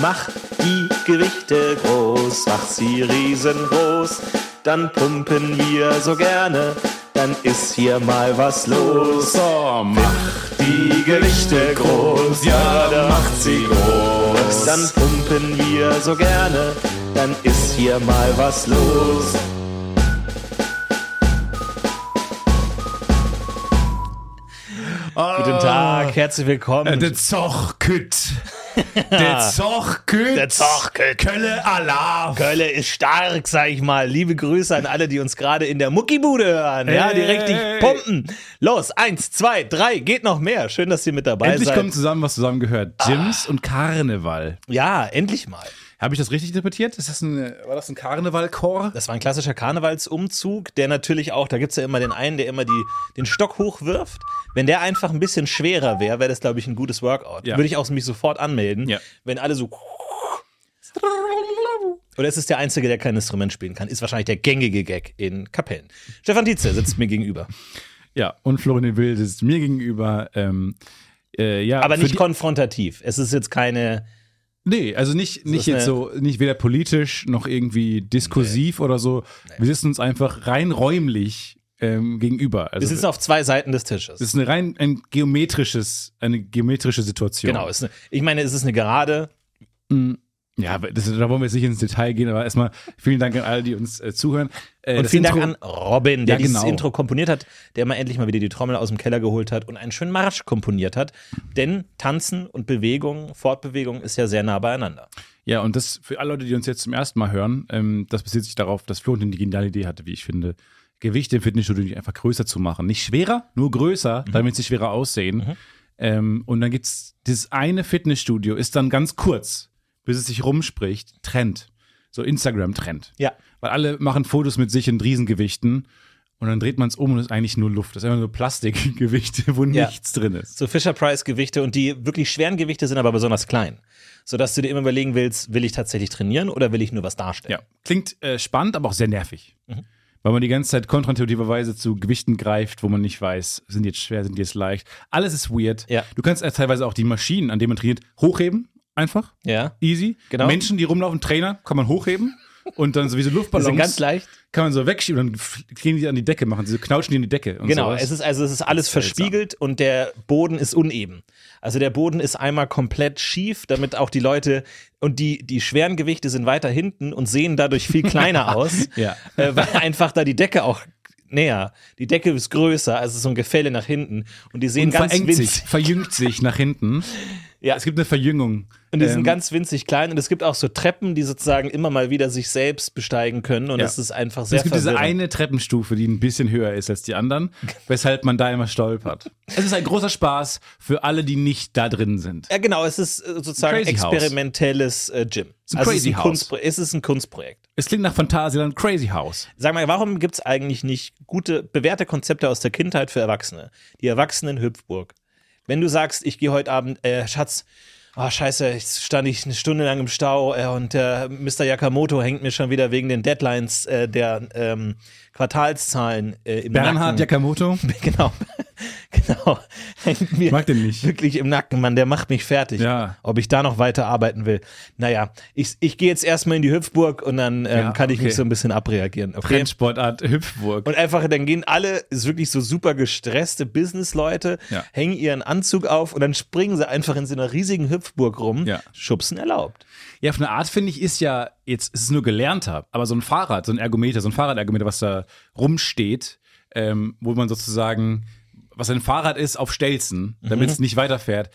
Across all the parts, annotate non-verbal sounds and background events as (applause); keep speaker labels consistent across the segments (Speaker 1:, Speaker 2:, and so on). Speaker 1: Mach die Gewichte groß, mach sie riesengroß, dann pumpen wir so gerne, dann ist hier mal was los.
Speaker 2: So, mach
Speaker 1: Die Gewichte groß, ja, da macht sie groß. Dann pumpen wir so gerne, dann ist hier mal was los. Guten Tag, herzlich willkommen.
Speaker 2: der Zochkütt.
Speaker 1: (laughs)
Speaker 2: Der Zochkütt.
Speaker 1: Der Zochkütt.
Speaker 2: Kölle Allah.
Speaker 1: Kölle ist stark, sag ich mal. Liebe Grüße an alle, die uns gerade in der Muckibude hören. Ja, die
Speaker 2: Hey.
Speaker 1: richtig pumpen. Los, eins, zwei, drei, geht noch mehr. Schön, dass ihr mit dabei
Speaker 2: Endlich
Speaker 1: seid.
Speaker 2: kommt zusammen, was zusammen gehört. Jims und Karneval.
Speaker 1: ja, endlich mal.
Speaker 2: Habe ich das richtig interpretiert? Ist das ein, äh, war das
Speaker 1: (laughs)
Speaker 2: ein Karnevalchor?
Speaker 1: Das war ein klassischer Karnevalsumzug, der natürlich auch, da gibt's ja immer den einen, der immer die, den Stock hochwirft. Wenn der einfach ein bisschen schwerer wäre, wäre das, glaube ich, ein gutes Workout.
Speaker 2: Ja.
Speaker 1: Würde ich auch mich sofort anmelden,
Speaker 2: Ja.
Speaker 1: wenn alle so. Oder ist es der Einzige, der kein Instrument spielen kann? Ist wahrscheinlich der gängige Gag in Kapellen. Stefan Tietze sitzt mir gegenüber.
Speaker 2: Ja, und Florian Will sitzt mir gegenüber. Ähm, äh, ja,
Speaker 1: Aber
Speaker 2: für
Speaker 1: nicht
Speaker 2: die-
Speaker 1: konfrontativ. Es ist jetzt keine.
Speaker 2: Nee, also nicht, nicht
Speaker 1: ist
Speaker 2: jetzt
Speaker 1: eine-
Speaker 2: so, nicht weder politisch noch irgendwie diskursiv oder so. Wir sitzen uns einfach rein räumlich ähm, gegenüber. Also,
Speaker 1: Wir sitzen auf zwei Seiten des Tisches.
Speaker 2: es ist eine rein ein geometrisches, eine geometrische Situation.
Speaker 1: genau. Ist eine, ich meine, es ist eine Gerade.
Speaker 2: Ja, aber das, da wollen wir jetzt nicht ins Detail gehen, aber erstmal vielen Dank an alle, die uns äh, zuhören. Äh,
Speaker 1: Und
Speaker 2: das
Speaker 1: vielen
Speaker 2: Intro-
Speaker 1: Dank an Robin, der
Speaker 2: Ja,
Speaker 1: dieses
Speaker 2: genau.
Speaker 1: Intro komponiert hat, der mal endlich mal wieder die Trommel aus dem Keller geholt hat und einen schönen Marsch komponiert hat. Denn Tanzen und Bewegung, Fortbewegung ist ja sehr nah beieinander.
Speaker 2: Ja, und das für alle Leute, die uns jetzt zum ersten Mal hören, ähm, das bezieht sich darauf, dass Florian die geniale Idee hatte, wie ich finde, Gewichte im Fitnessstudio nicht einfach größer zu machen. Nicht schwerer, nur größer,
Speaker 1: Mhm.
Speaker 2: damit sie schwerer aussehen. Ähm, und dann gibt's dieses eine Fitnessstudio, ist dann ganz kurz, bis es sich rumspricht, Trend. So Instagram-Trend.
Speaker 1: Ja.
Speaker 2: Weil alle machen Fotos mit sich in Riesengewichten und dann dreht man es um und ist eigentlich nur Luft. Das ist einfach nur Plastikgewichte, wo
Speaker 1: Ja.
Speaker 2: nichts drin ist.
Speaker 1: So Fisher-Price-Gewichte und die wirklich schweren Gewichte sind aber besonders klein. Sodass du dir immer überlegen willst, will ich tatsächlich trainieren oder will ich nur was darstellen?
Speaker 2: Ja, klingt äh, spannend, aber auch sehr nervig.
Speaker 1: Mhm.
Speaker 2: Weil man die ganze Zeit kontraintuitiverweise zu Gewichten greift, wo man nicht weiß, sind die jetzt schwer, sind die jetzt leicht. Alles ist weird.
Speaker 1: Ja.
Speaker 2: Du kannst äh, teilweise auch die Maschinen, an denen man trainiert, hochheben. Einfach.
Speaker 1: Ja.
Speaker 2: Easy.
Speaker 1: Genau.
Speaker 2: Menschen, die rumlaufen, Trainer, kann
Speaker 1: (laughs)
Speaker 2: man hochheben. Und dann sowieso
Speaker 1: Die
Speaker 2: Luftballons.
Speaker 1: sind ganz leicht.
Speaker 2: Kann man so wegschieben und dann f- gehen die an die Decke, machen sie so knautschen die in die Decke. Und
Speaker 1: Genau,
Speaker 2: sowas.
Speaker 1: es ist also es ist alles
Speaker 2: seltsam.
Speaker 1: verspiegelt und der Boden ist uneben. Also der Boden ist einmal komplett schief, damit auch die Leute und die die schweren Gewichte sind weiter hinten und sehen dadurch
Speaker 2: (laughs)
Speaker 1: viel kleiner aus,
Speaker 2: Ja.
Speaker 1: äh, weil einfach da die Decke auch näher, die Decke ist größer, also so ein Gefälle nach hinten und die sehen
Speaker 2: und
Speaker 1: ganz
Speaker 2: verengt sich,
Speaker 1: winzig.
Speaker 2: verjüngt sich nach hinten.
Speaker 1: (laughs) Ja.
Speaker 2: Es gibt eine Verjüngung.
Speaker 1: Und die sind
Speaker 2: Ähm,
Speaker 1: ganz winzig klein und es gibt auch so Treppen, die sozusagen immer mal wieder sich selbst besteigen können und
Speaker 2: Ja.
Speaker 1: es ist einfach sehr
Speaker 2: es gibt diese
Speaker 1: verwirrend.
Speaker 2: eine Treppenstufe, die ein bisschen höher ist als
Speaker 1: (laughs)
Speaker 2: die anderen, weshalb man da immer stolpert. Es ist ein großer Spaß für alle, die nicht da drin sind.
Speaker 1: Ja, genau, es ist äh, sozusagen
Speaker 2: Crazy House.
Speaker 1: experimentelles äh, Gym.
Speaker 2: ein
Speaker 1: es, ist
Speaker 2: Crazy
Speaker 1: ein
Speaker 2: House.
Speaker 1: Kunstpro- es ist ein Kunstprojekt.
Speaker 2: Es klingt nach Phantasialand Crazy House.
Speaker 1: Sag mal, warum gibt es eigentlich nicht gute, bewährte Konzepte aus der Kindheit für Erwachsene? Die Erwachsenen Hüpfburg. Wenn du sagst, ich gehe heute Abend, äh, Schatz, oh scheiße, jetzt stand ich eine Stunde lang im Stau äh, und äh, Mr. Yakamoto hängt mir schon wieder wegen den Deadlines äh, der ähm, Quartalszahlen äh, im
Speaker 2: Bernhard
Speaker 1: Nacken.
Speaker 2: Yakamoto?
Speaker 1: (laughs) Genau, genau. Hängt mir
Speaker 2: Ich mag den nicht.
Speaker 1: wirklich im Nacken, Mann, der macht mich fertig.
Speaker 2: Ja.
Speaker 1: Ob ich da noch weiter arbeiten will. Naja, ich, ich gehe jetzt erstmal in die Hüpfburg und dann ähm,
Speaker 2: Ja,
Speaker 1: kann ich mich
Speaker 2: okay.
Speaker 1: so ein bisschen abreagieren. Okay?
Speaker 2: Trendsportart Hüpfburg.
Speaker 1: Und einfach, dann gehen alle, ist wirklich so super gestresste Businessleute,
Speaker 2: Ja.
Speaker 1: hängen ihren Anzug auf und dann springen sie einfach in so einer riesigen Hüpfburg rum.
Speaker 2: Ja.
Speaker 1: Schubsen erlaubt.
Speaker 2: Ja, auf eine Art finde ich, ist ja, jetzt ist es nur gelernter, aber so ein Fahrrad, so ein Ergometer, so ein Fahrradergometer, was da rumsteht, ähm, wo man sozusagen, was ein Fahrrad ist, auf Stelzen, damit
Speaker 1: Mhm.
Speaker 2: es
Speaker 1: (laughs)
Speaker 2: nicht weiterfährt,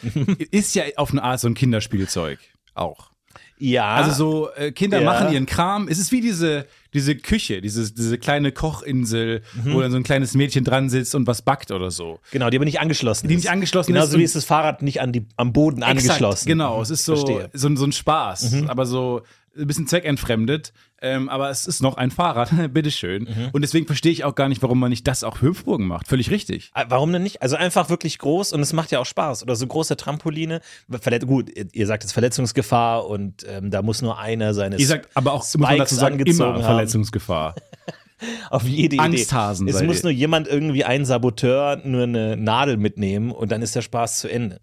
Speaker 2: ist ja auf eine Art so ein Kinderspielzeug auch.
Speaker 1: Ja.
Speaker 2: Also so äh, Kinder
Speaker 1: Ah. Ja.
Speaker 2: machen ihren Kram. Es ist wie diese, diese Küche, diese, diese kleine Kochinsel,
Speaker 1: Mhm.
Speaker 2: wo dann so ein kleines Mädchen dran sitzt und was backt oder so.
Speaker 1: Genau, die aber nicht angeschlossen
Speaker 2: Die
Speaker 1: ist.
Speaker 2: nicht angeschlossen
Speaker 1: Genauso
Speaker 2: ist
Speaker 1: wie
Speaker 2: und-
Speaker 1: ist das Fahrrad nicht an die, am Boden angeschlossen.
Speaker 2: Exakt, genau, es ist so,
Speaker 1: Verstehe. Mhm.
Speaker 2: so, ein- so ein Spaß, aber so ein bisschen zweckentfremdet. Ähm, aber es ist noch ein Fahrrad, (laughs) bitteschön.
Speaker 1: Mhm.
Speaker 2: Und deswegen verstehe ich auch gar nicht, warum man nicht das auch Hüpfburgen macht. Völlig richtig.
Speaker 1: Ah, Warum denn nicht? Also einfach wirklich groß und es macht ja auch Spaß. Oder so große Trampoline. Verlet gut, ihr- ihr sagt jetzt Verletzungsgefahr und ähm, da muss nur einer seines
Speaker 2: Ihr sagt, aber auch muss man
Speaker 1: Spikes
Speaker 2: dazu sagen,
Speaker 1: angezogen
Speaker 2: immer
Speaker 1: haben.
Speaker 2: Verletzungsgefahr.
Speaker 1: auf jede Idee.
Speaker 2: Angsthasen
Speaker 1: Es
Speaker 2: seid
Speaker 1: muss
Speaker 2: ihr.
Speaker 1: nur jemand irgendwie ein Saboteur nur eine Nadel mitnehmen und dann ist der Spaß zu Ende.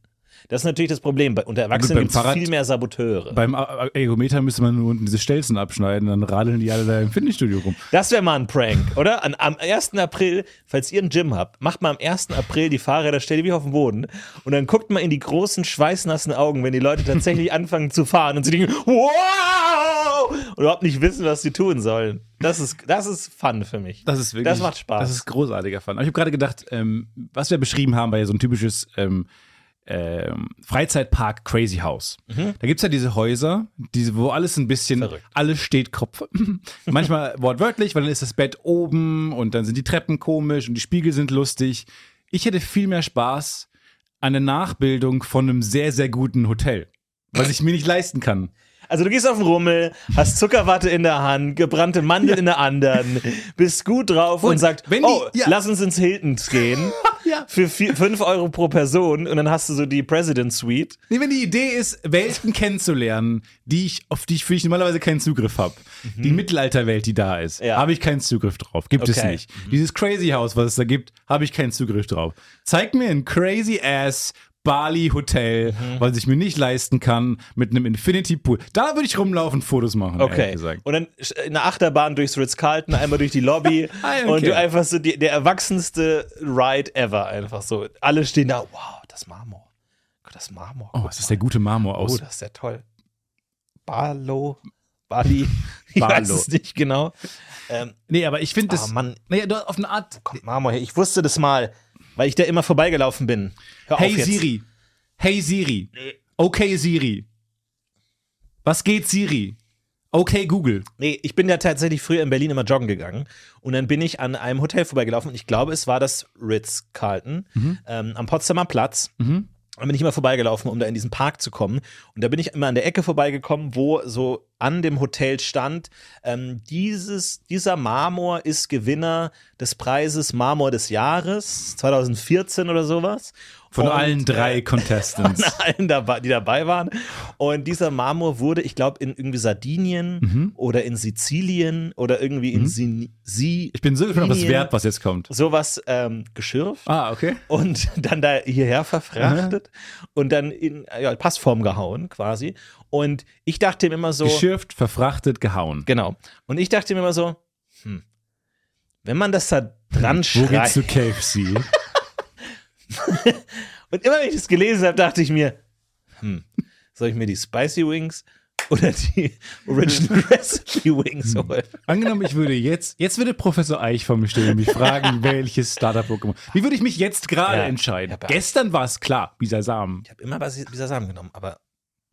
Speaker 1: Das ist natürlich das Problem. Bei- Unter Erwachsenen
Speaker 2: beim
Speaker 1: gibt es
Speaker 2: Fahrrad-
Speaker 1: viel mehr Saboteure.
Speaker 2: Beim A- A- Ergometer müsste man nur unten diese Stelzen abschneiden, dann radeln die alle da im Fitnessstudio rum.
Speaker 1: Das wäre mal ein Prank, oder? An, am 1. April, falls ihr ein Gym habt, macht mal am 1. April die Fahrräder, stellt die wie auf den Boden und dann guckt mal in die großen, schweißnassen Augen, wenn die Leute tatsächlich (laughs) anfangen zu fahren und sie denken, wow! Und überhaupt nicht wissen, was sie tun sollen. Das ist, das ist Fun für mich.
Speaker 2: Das ist wirklich.
Speaker 1: Das macht Spaß.
Speaker 2: Das ist großartiger Fun. Aber ich habe gerade gedacht, ähm, was wir beschrieben haben, war ja so ein typisches ähm, ähm, Freizeitpark Crazy House. Da gibt es ja diese Häuser, diese, wo alles ein bisschen,
Speaker 1: Mhm. Verrückt.
Speaker 2: alles steht Kopf. (laughs) Manchmal wortwörtlich, weil dann ist das Bett oben und dann sind die Treppen komisch und die Spiegel sind lustig. Ich hätte viel mehr Spaß an der Nachbildung von einem sehr, sehr guten Hotel. Was ich mir nicht leisten kann.
Speaker 1: Also du gehst auf den Rummel, hast Zuckerwatte in der Hand, gebrannte Mandel in der anderen, bist gut drauf und,
Speaker 2: Und
Speaker 1: sagst,
Speaker 2: wenn die-
Speaker 1: oh,
Speaker 2: ja.
Speaker 1: lass uns ins Hiltons gehen.
Speaker 2: (laughs) Ja.
Speaker 1: Für 5 Euro pro Person und dann hast du so die President Suite.
Speaker 2: Nee, wenn die Idee ist, Welten kennenzulernen, die ich, auf die ich, für die ich normalerweise keinen Zugriff habe. Die Mittelalterwelt, die da ist,
Speaker 1: Ja.
Speaker 2: habe ich keinen Zugriff drauf. Gibt es
Speaker 1: Okay.
Speaker 2: nicht. Dieses Crazy House, was es da gibt, habe ich keinen Zugriff drauf. Zeig mir ein crazy ass Bali Hotel, was ich mir nicht leisten kann, mit einem Infinity Pool. Da würde ich rumlaufen, Fotos machen, ehrlich
Speaker 1: Okay.
Speaker 2: gesagt.
Speaker 1: Und dann sch- eine Achterbahn durchs Ritz-Carlton, einmal durch die Lobby.
Speaker 2: (laughs) Ah, okay.
Speaker 1: Und du einfach so die, der erwachsenste Ride ever. Einfach so. Alle stehen da. Wow, das Marmor. Gott, Das Marmor.
Speaker 2: Oh, das ist der gute Marmor
Speaker 1: Oh,
Speaker 2: aus.
Speaker 1: das ist ja toll. Barlo.
Speaker 2: (laughs)
Speaker 1: Bali. Ich weiß
Speaker 2: Barlo.
Speaker 1: es nicht genau. Ähm,
Speaker 2: Nee, aber ich finde
Speaker 1: ah,
Speaker 2: das.
Speaker 1: Mann.
Speaker 2: naja, du- auf eine Art.
Speaker 1: kommt Marmor her. Ich wusste das mal, weil ich da immer vorbeigelaufen bin. Hör
Speaker 2: Hey
Speaker 1: auf jetzt.
Speaker 2: Siri. Hey Siri. Okay Siri. Was geht Siri? Okay Google.
Speaker 1: Nee, ich bin ja tatsächlich früher in Berlin immer joggen gegangen und dann bin ich an einem Hotel vorbeigelaufen und ich glaube, es war das Ritz-Carlton
Speaker 2: Mhm.
Speaker 1: ähm, am Potsdamer Platz. Dann bin ich immer vorbeigelaufen, um da in diesen Park zu kommen. Und da bin ich immer an der Ecke vorbeigekommen, wo so an dem Hotel stand, ähm, dieses, dieser Marmor ist Gewinner des Preises Marmor des Jahres 2014 oder sowas.
Speaker 2: Von
Speaker 1: Und, äh,
Speaker 2: allen
Speaker 1: (laughs)
Speaker 2: drei
Speaker 1: von
Speaker 2: Contestants.
Speaker 1: allen, dabei, die dabei waren. Und dieser Marmor wurde, ich glaube, in irgendwie Sardinien
Speaker 2: Mhm.
Speaker 1: oder in Sizilien oder irgendwie in Sin Sie
Speaker 2: Ich bin so gespannt auf das
Speaker 1: Linien.
Speaker 2: Verb, was jetzt kommt.
Speaker 1: sowas ähm, geschürft
Speaker 2: Ah, okay.
Speaker 1: und (laughs) dann da hierher verfrachtet und dann in ja, Passform gehauen quasi. Und ich dachte mir immer so,
Speaker 2: Geschürft, verfrachtet, gehauen.
Speaker 1: genau. Und ich dachte mir immer so, hm, wenn man das da dran
Speaker 2: Wo geht's
Speaker 1: schreibt. (laughs)
Speaker 2: zu KFC?
Speaker 1: Und immer wenn ich das gelesen habe, dachte ich mir, hm, soll ich mir die Spicy Wings oder die (laughs) Original Recipe Wings holen?
Speaker 2: Angenommen, ich würde jetzt, jetzt würde Professor Eich vor mir stehen und
Speaker 1: (laughs)
Speaker 2: mich fragen, welches Startup-Pokémon. Wie würde ich mich jetzt gerade
Speaker 1: Ja.
Speaker 2: entscheiden?
Speaker 1: Ja, aber-
Speaker 2: Gestern war es klar, dieser Samen.
Speaker 1: Ich habe immer Basi- Bisasam genommen, aber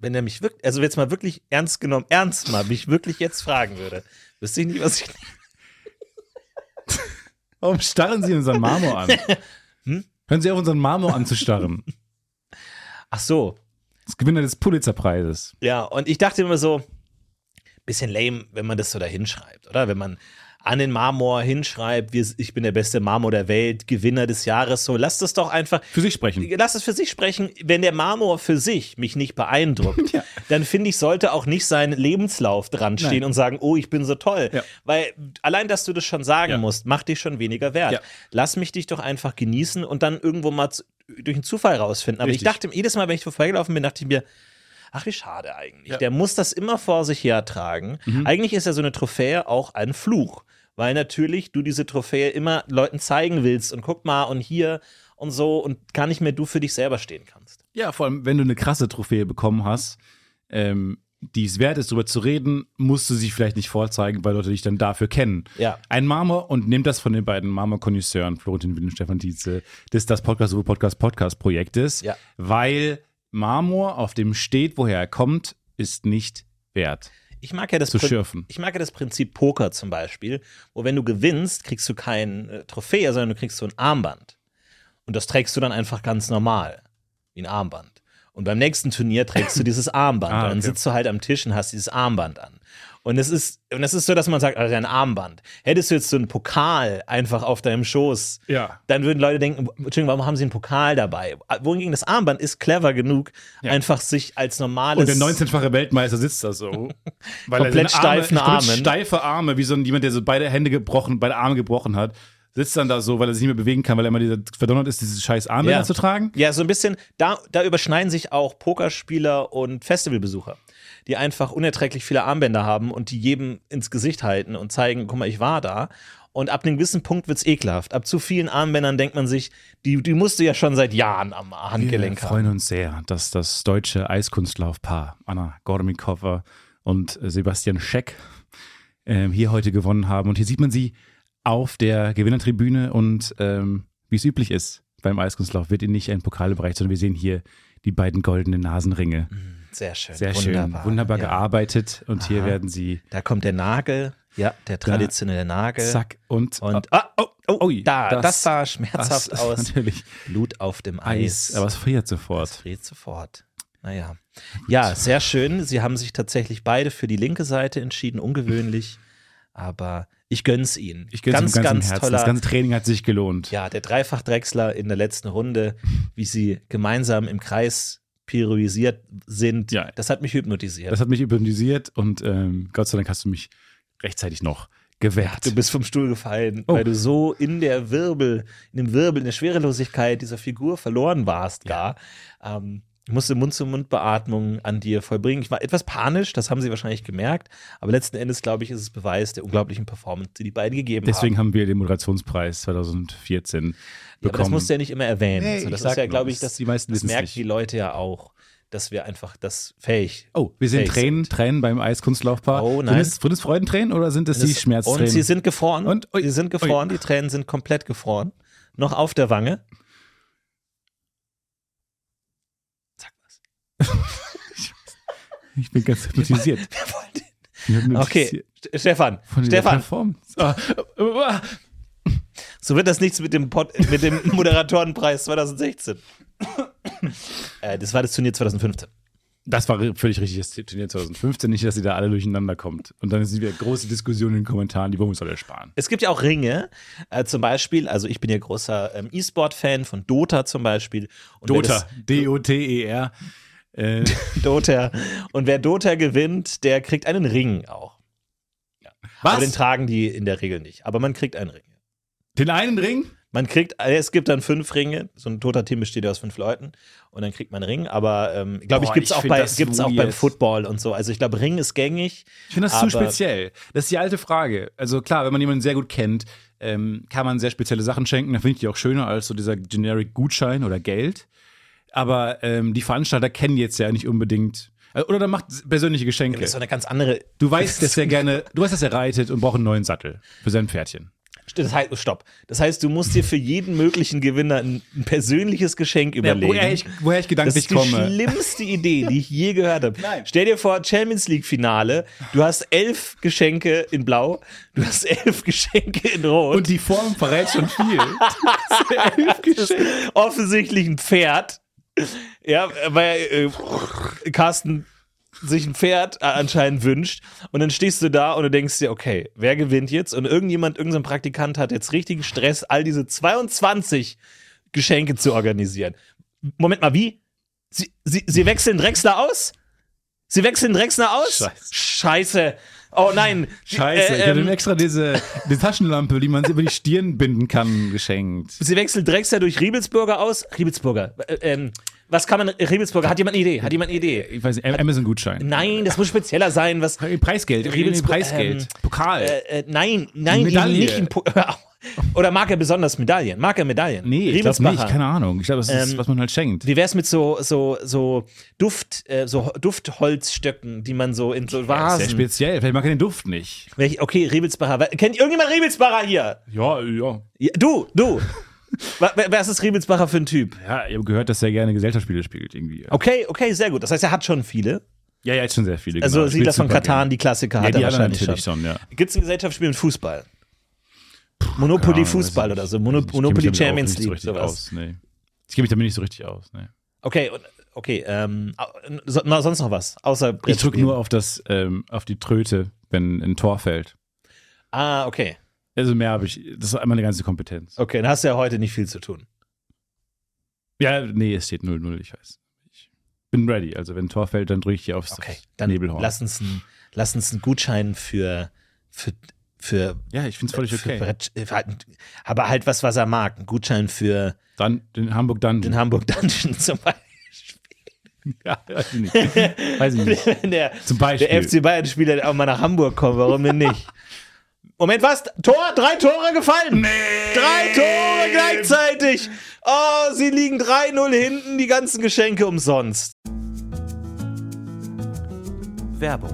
Speaker 1: wenn er mich wirklich, also jetzt mal wirklich ernst genommen, ernst mal, mich wirklich jetzt fragen würde, wüsste ich nicht, was ich.
Speaker 2: Warum starren Sie unseren Marmor
Speaker 1: (laughs)
Speaker 2: an?
Speaker 1: Hm?
Speaker 2: Hören Sie auf, unseren Marmor anzustarren.
Speaker 1: Ach so,
Speaker 2: Das Gewinner des Pulitzerpreises.
Speaker 1: ja, und ich dachte immer so, bisschen lame, wenn man das so da hinschreibt, oder? Wenn man an den Marmor hinschreibt, wir, ich bin der beste Marmor der Welt, Gewinner des Jahres, so, lass das doch einfach,
Speaker 2: Für sich sprechen.
Speaker 1: lass es für sich sprechen. Wenn der Marmor für sich mich nicht beeindruckt,
Speaker 2: (laughs) Ja.
Speaker 1: dann finde ich, sollte auch nicht sein Lebenslauf dran stehen
Speaker 2: Nein.
Speaker 1: und sagen, oh, ich bin so toll.
Speaker 2: Ja.
Speaker 1: Weil allein, dass du das schon sagen
Speaker 2: Ja.
Speaker 1: musst, macht dich schon weniger wert.
Speaker 2: Ja.
Speaker 1: Lass mich dich doch einfach genießen und dann irgendwo mal zu, durch einen Zufall rausfinden. Aber
Speaker 2: Richtig.
Speaker 1: ich dachte, jedes Mal, wenn ich vorbeigelaufen bin, dachte ich mir, Ach, wie schade eigentlich.
Speaker 2: Ja.
Speaker 1: Der muss das immer vor sich hertragen. Eigentlich ist ja so eine Trophäe auch ein Fluch, weil natürlich du diese Trophäe immer Leuten zeigen willst und guck mal und hier und so und gar nicht mehr du für dich selber stehen kannst.
Speaker 2: Ja, vor allem, wenn du eine krasse Trophäe bekommen hast, ähm, die es wert ist, darüber zu reden, musst du sie vielleicht nicht vorzeigen, weil Leute dich dann dafür kennen.
Speaker 1: Ja.
Speaker 2: Ein Marmor und nimm das von den beiden Marmor-Konnoisseuren, Florentin Will und Stefan Tietze, des Das Podcast über Podcast Podcast Projektes,
Speaker 1: Ja.
Speaker 2: weil Marmor, auf dem steht, woher er kommt, ist nicht wert
Speaker 1: Ich mag ja das
Speaker 2: zu
Speaker 1: Prin-
Speaker 2: schürfen.
Speaker 1: Ich mag ja das Prinzip Poker zum Beispiel, wo wenn du gewinnst, kriegst du kein äh, Trophäe, sondern du kriegst so ein Armband. Und das trägst du dann einfach ganz normal, wie ein Armband. Und beim nächsten Turnier trägst du dieses Armband.
Speaker 2: (laughs) Ah,
Speaker 1: Und dann
Speaker 2: okay.
Speaker 1: sitzt du halt am Tisch und hast dieses Armband an. Und es ist, und es ist so, dass man sagt, also ein Armband. Hättest du jetzt so einen Pokal einfach auf deinem Schoß,
Speaker 2: Ja.
Speaker 1: dann würden Leute denken, Entschuldigung, warum haben sie einen Pokal dabei? Wohingegen das Armband ist clever genug, einfach sich als normales.
Speaker 2: Und der 19-fache Weltmeister sitzt da
Speaker 1: (laughs)
Speaker 2: so. Weil
Speaker 1: Komplett
Speaker 2: seine
Speaker 1: steifen
Speaker 2: komplett
Speaker 1: Armen.
Speaker 2: steife Arme, wie so ein, jemand, der so beide Hände gebrochen, beide Arme gebrochen hat, Sitzt dann da so, weil er sich nicht mehr bewegen kann, weil er immer dieser, verdonnert ist, diese scheiß Armbänder
Speaker 1: Ja.
Speaker 2: zu tragen.
Speaker 1: Ja, so ein bisschen, da, da überschneiden sich auch Pokerspieler und Festivalbesucher, die einfach unerträglich viele Armbänder haben und die jedem ins Gesicht halten und zeigen, guck mal, ich war da. Und ab einem gewissen Punkt wird's ekelhaft. Ab zu vielen Armbändern denkt man sich, die, die musst du ja schon seit Jahren am Handgelenk
Speaker 2: Wir
Speaker 1: haben.
Speaker 2: freuen uns sehr, dass das deutsche Eiskunstlaufpaar Anna Gormikova und äh, Sebastian Scheck ähm, hier heute gewonnen haben. Und hier sieht man sie auf der Gewinnertribüne und ähm, wie es üblich ist beim Eiskunstlauf, wird ihnen nicht ein Pokal überreicht, sondern wir sehen hier die beiden goldenen Nasenringe.
Speaker 1: Sehr schön.
Speaker 2: Sehr schön, wunderbar
Speaker 1: ja.
Speaker 2: gearbeitet. Und hier
Speaker 1: Aha.
Speaker 2: werden sie
Speaker 1: Da kommt der Nagel, ja, der traditionelle Nagel.
Speaker 2: zack und,
Speaker 1: Und
Speaker 2: ab-
Speaker 1: ah, oh, oh,
Speaker 2: Ui,
Speaker 1: da, das,
Speaker 2: das-
Speaker 1: sah schmerzhaft
Speaker 2: (laughs) das- (laughs)
Speaker 1: aus.
Speaker 2: Natürlich.
Speaker 1: Blut auf dem Eis.
Speaker 2: Eis, aber es friert sofort.
Speaker 1: Dreht sofort. Naja. Ja, sehr schön. Sie haben sich tatsächlich beide für die linke Seite entschieden, ungewöhnlich. Aber ich gönn's ihnen.
Speaker 2: Ich gönn's
Speaker 1: ganz,
Speaker 2: ganz, ganzen
Speaker 1: ganz
Speaker 2: Herzen.
Speaker 1: toller.
Speaker 2: Das ganze Training hat sich gelohnt.
Speaker 1: ja, der Dreifach-Drechsler in der letzten Runde, wie sie gemeinsam im Kreis pirouisiert sind,
Speaker 2: Ja.
Speaker 1: das hat mich hypnotisiert.
Speaker 2: Das hat mich hypnotisiert und ähm, Gott sei Dank hast du mich rechtzeitig noch geweckt.
Speaker 1: Du bist vom Stuhl gefallen,
Speaker 2: Oh.
Speaker 1: weil du so in der Wirbel, in dem Wirbel, in der Schwerelosigkeit dieser Figur verloren warst, gar. Ähm, ich musste Mund-zu-Mund-Beatmung an dir vollbringen. Ich war etwas panisch, das haben sie wahrscheinlich gemerkt, aber letzten Endes, glaube ich, ist es Beweis der unglaublichen Performance, die die beiden gegeben
Speaker 2: Deswegen
Speaker 1: haben.
Speaker 2: haben wir den Moderationspreis 2014 bekommen.
Speaker 1: Ja, aber das musst du ja nicht immer erwähnen.
Speaker 2: Nee,
Speaker 1: so,
Speaker 2: ich
Speaker 1: das
Speaker 2: sag
Speaker 1: ist ja,
Speaker 2: nur,
Speaker 1: glaube ich,
Speaker 2: das-
Speaker 1: das,
Speaker 2: die meisten
Speaker 1: das
Speaker 2: wissen's
Speaker 1: merken
Speaker 2: nicht.
Speaker 1: die Leute ja auch, dass wir einfach das fähig
Speaker 2: oh, wir sehen
Speaker 1: fähig
Speaker 2: Tränen, Tränen beim Eiskunstlaufpaar.
Speaker 1: Oh,
Speaker 2: Sind
Speaker 1: nein.
Speaker 2: es, sind es Freudentränen oder sind es die
Speaker 1: Das-
Speaker 2: Schmerztränen?
Speaker 1: Und sie sind gefroren.
Speaker 2: Und- ui,
Speaker 1: sie sind gefroren, die Tränen sind komplett gefroren. Noch auf der Wange. (laughs) Sag was.
Speaker 2: ich bin
Speaker 1: (laughs)
Speaker 2: ganz hypnotisiert.
Speaker 1: Wer wollte?
Speaker 2: Ich bin
Speaker 1: Okay,
Speaker 2: hypnotisiert
Speaker 1: St- Stefan,
Speaker 2: Von dieser
Speaker 1: Stefan,
Speaker 2: Performance. Ah, ah, ah. (laughs)
Speaker 1: so wird das nichts mit dem, Pod, mit dem Moderatorenpreis 2016. äh, das war das Turnier 2015.
Speaker 2: Das war völlig richtig, das Turnier 2015. Nicht, dass ihr da alle durcheinander kommt. Und dann sind wieder große Diskussionen in den Kommentaren, die wollen wir uns alle ersparen.
Speaker 1: Es gibt ja auch Ringe, äh, zum Beispiel, also ich bin ja großer ähm, E-Sport-Fan von Dota zum Beispiel. Und wenn
Speaker 2: Dota, D-O-T-E-R. E Äh,
Speaker 1: es- (laughs) Dota. Und wer Dota gewinnt, der kriegt einen Ring auch. (laughs) Aber den
Speaker 2: was?
Speaker 1: tragen die in der Regel nicht. Aber man kriegt einen Ring.
Speaker 2: Den einen Ring?
Speaker 1: Man kriegt, äh, es gibt dann fünf Ringe. So ein toter Team besteht ja aus fünf Leuten. Und dann kriegt man einen Ring. Aber ähm, glaube ich,
Speaker 2: Boah,
Speaker 1: gibt es
Speaker 2: ich
Speaker 1: auch,
Speaker 2: find
Speaker 1: bei,
Speaker 2: das
Speaker 1: gibt's auch beim
Speaker 2: weird.
Speaker 1: Football und so. Also ich glaube, Ring ist gängig.
Speaker 2: Ich finde das zu
Speaker 1: Aber-
Speaker 2: speziell. Das ist die alte Frage. Also klar, wenn man jemanden sehr gut kennt, ähm, kann man sehr spezielle Sachen schenken. Dann finde ich die auch schöner als so dieser generic Gutschein oder Geld. Aber ähm, die Veranstalter kennen jetzt ja nicht unbedingt. äh, Oder dann macht persönliche Geschenke.
Speaker 1: Das ist doch eine ganz andere.
Speaker 2: Du weißt, dass er gerne, du weißt, dass er reitet und braucht einen neuen Sattel für sein Pferdchen.
Speaker 1: Das heißt, stopp. Das heißt, du musst dir für jeden möglichen Gewinner ein, ein persönliches Geschenk überlegen.
Speaker 2: woher, ich, woher ich
Speaker 1: das
Speaker 2: gedanklich
Speaker 1: ist die
Speaker 2: komme.
Speaker 1: schlimmste Idee, die ich je gehört habe.
Speaker 2: Nein.
Speaker 1: Stell dir vor, Champions League Finale, du hast elf Geschenke in Blau, du hast elf Geschenke in Rot.
Speaker 2: Und die Form verrät schon viel.
Speaker 1: Das ist (laughs) offensichtlich ein Pferd. Ja, weil äh, Carsten sich ein Pferd äh, anscheinend wünscht. Und dann stehst du da und du denkst dir, okay, wer gewinnt jetzt? Und irgendjemand, irgendein Praktikant hat jetzt richtigen Stress, all diese 22 Geschenke zu organisieren. Moment mal, wie? Sie, sie, sie wechseln Drexler aus? Sie wechseln Drexler aus?
Speaker 2: Scheiße.
Speaker 1: Scheiße. Oh nein.
Speaker 2: (laughs) Scheiße, ich
Speaker 1: Äh,
Speaker 2: hatte ihm
Speaker 1: ähm,
Speaker 2: extra diese, diese Taschenlampe, die man über die Stirn binden kann, geschenkt.
Speaker 1: Sie wechseln Drexler durch Riebelsburger aus. Riebelsburger. Äh, ähm, was kann man. Riebelsburger, hat jemand eine Idee? Hat jemand eine Idee?
Speaker 2: Ich weiß nicht, Amazon-Gutschein.
Speaker 1: Nein, das muss spezieller sein. Was.
Speaker 2: Hey, Preisgeld, wir reden über Preisgeld.
Speaker 1: ähm,
Speaker 2: Pokal.
Speaker 1: Äh, äh, nein, nein,
Speaker 2: Medaille.
Speaker 1: nicht in Po- (laughs) Oder mag er besonders Medaillen? Mag er Medaillen?
Speaker 2: nee, ich glaube
Speaker 1: Riebelsbacher.
Speaker 2: nicht, keine Ahnung. Ich glaube, das ist,
Speaker 1: Ähm,
Speaker 2: was man halt schenkt.
Speaker 1: Wie wär's mit so, so, so Duft, äh, so Duftholzstöcken, die man so in so
Speaker 2: Ja, Sehr
Speaker 1: Vasen.
Speaker 2: speziell, vielleicht mag er den Duft nicht.
Speaker 1: Welch, okay, Riebelsbacher. Wer- Kennt irgendjemand Riebelsbacher hier?
Speaker 2: Ja, ja.
Speaker 1: Ja, Du,
Speaker 2: (laughs)
Speaker 1: du. Wa- wa- Was ist Riebelsbacher für ein Typ?
Speaker 2: Ja, ich habe gehört, dass er gerne Gesellschaftsspiele spielt irgendwie.
Speaker 1: Okay, okay, sehr gut. Das heißt, er hat schon viele.
Speaker 2: Ja, ja, jetzt schon sehr viele.
Speaker 1: Also
Speaker 2: genau.
Speaker 1: sieht das von
Speaker 2: Spielt super
Speaker 1: Katan,
Speaker 2: gerne.
Speaker 1: die Klassiker
Speaker 2: ja,
Speaker 1: hat
Speaker 2: die
Speaker 1: er
Speaker 2: anderen
Speaker 1: wahrscheinlich
Speaker 2: natürlich
Speaker 1: schon.
Speaker 2: schon, ja.
Speaker 1: Gibt es ein Gesellschaftsspiel mit Fußball? Monopoly
Speaker 2: Ja,
Speaker 1: Fußball
Speaker 2: weiß ich
Speaker 1: oder so,
Speaker 2: nicht.
Speaker 1: Mono
Speaker 2: Ich kenn mich
Speaker 1: Monopoly
Speaker 2: damit auch
Speaker 1: Champions
Speaker 2: nicht so
Speaker 1: League,
Speaker 2: richtig
Speaker 1: sowas.
Speaker 2: Aus, nee. Ich kenne mich damit nicht so richtig aus. Nee.
Speaker 1: Okay, und- okay, ähm, au- so, na, sonst noch was, außer
Speaker 2: Ich drücke
Speaker 1: Brettspielen.
Speaker 2: nur auf, das, ähm, auf die Tröte, wenn ein Tor fällt.
Speaker 1: Ah, okay.
Speaker 2: Also mehr habe ich, das ist einmal eine ganze Kompetenz.
Speaker 1: Okay, dann hast du ja heute nicht viel zu tun.
Speaker 2: Ja, nee, es steht 0-0, ich weiß. Ich bin ready. Also wenn ein Tor fällt, dann drücke ich hier aufs
Speaker 1: Okay,
Speaker 2: aufs
Speaker 1: dann
Speaker 2: Nebelhorn.
Speaker 1: lass uns, einen, lass uns einen Gutschein für, für, für,
Speaker 2: Ja, ich finde
Speaker 1: (laughs)
Speaker 2: es völlig
Speaker 1: für
Speaker 2: okay.
Speaker 1: Brett, aber halt was, was er mag. Ein Gutschein für
Speaker 2: Dann den Hamburg Dungeon.
Speaker 1: den Hamburg Dungeon (laughs) zum Beispiel.
Speaker 2: ja, weiß ich nicht. weiß
Speaker 1: (laughs)
Speaker 2: ich nicht.
Speaker 1: Wenn der,
Speaker 2: Zum Beispiel.
Speaker 1: der FC Bayern-Spieler auch mal nach Hamburg kommt, warum denn
Speaker 2: (laughs)
Speaker 1: nicht? Moment, was? Tor, drei Tore gefallen. Drei Tore gleichzeitig. Oh, sie liegen 3-0 hinten, die ganzen Geschenke umsonst. Werbung.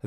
Speaker 2: Da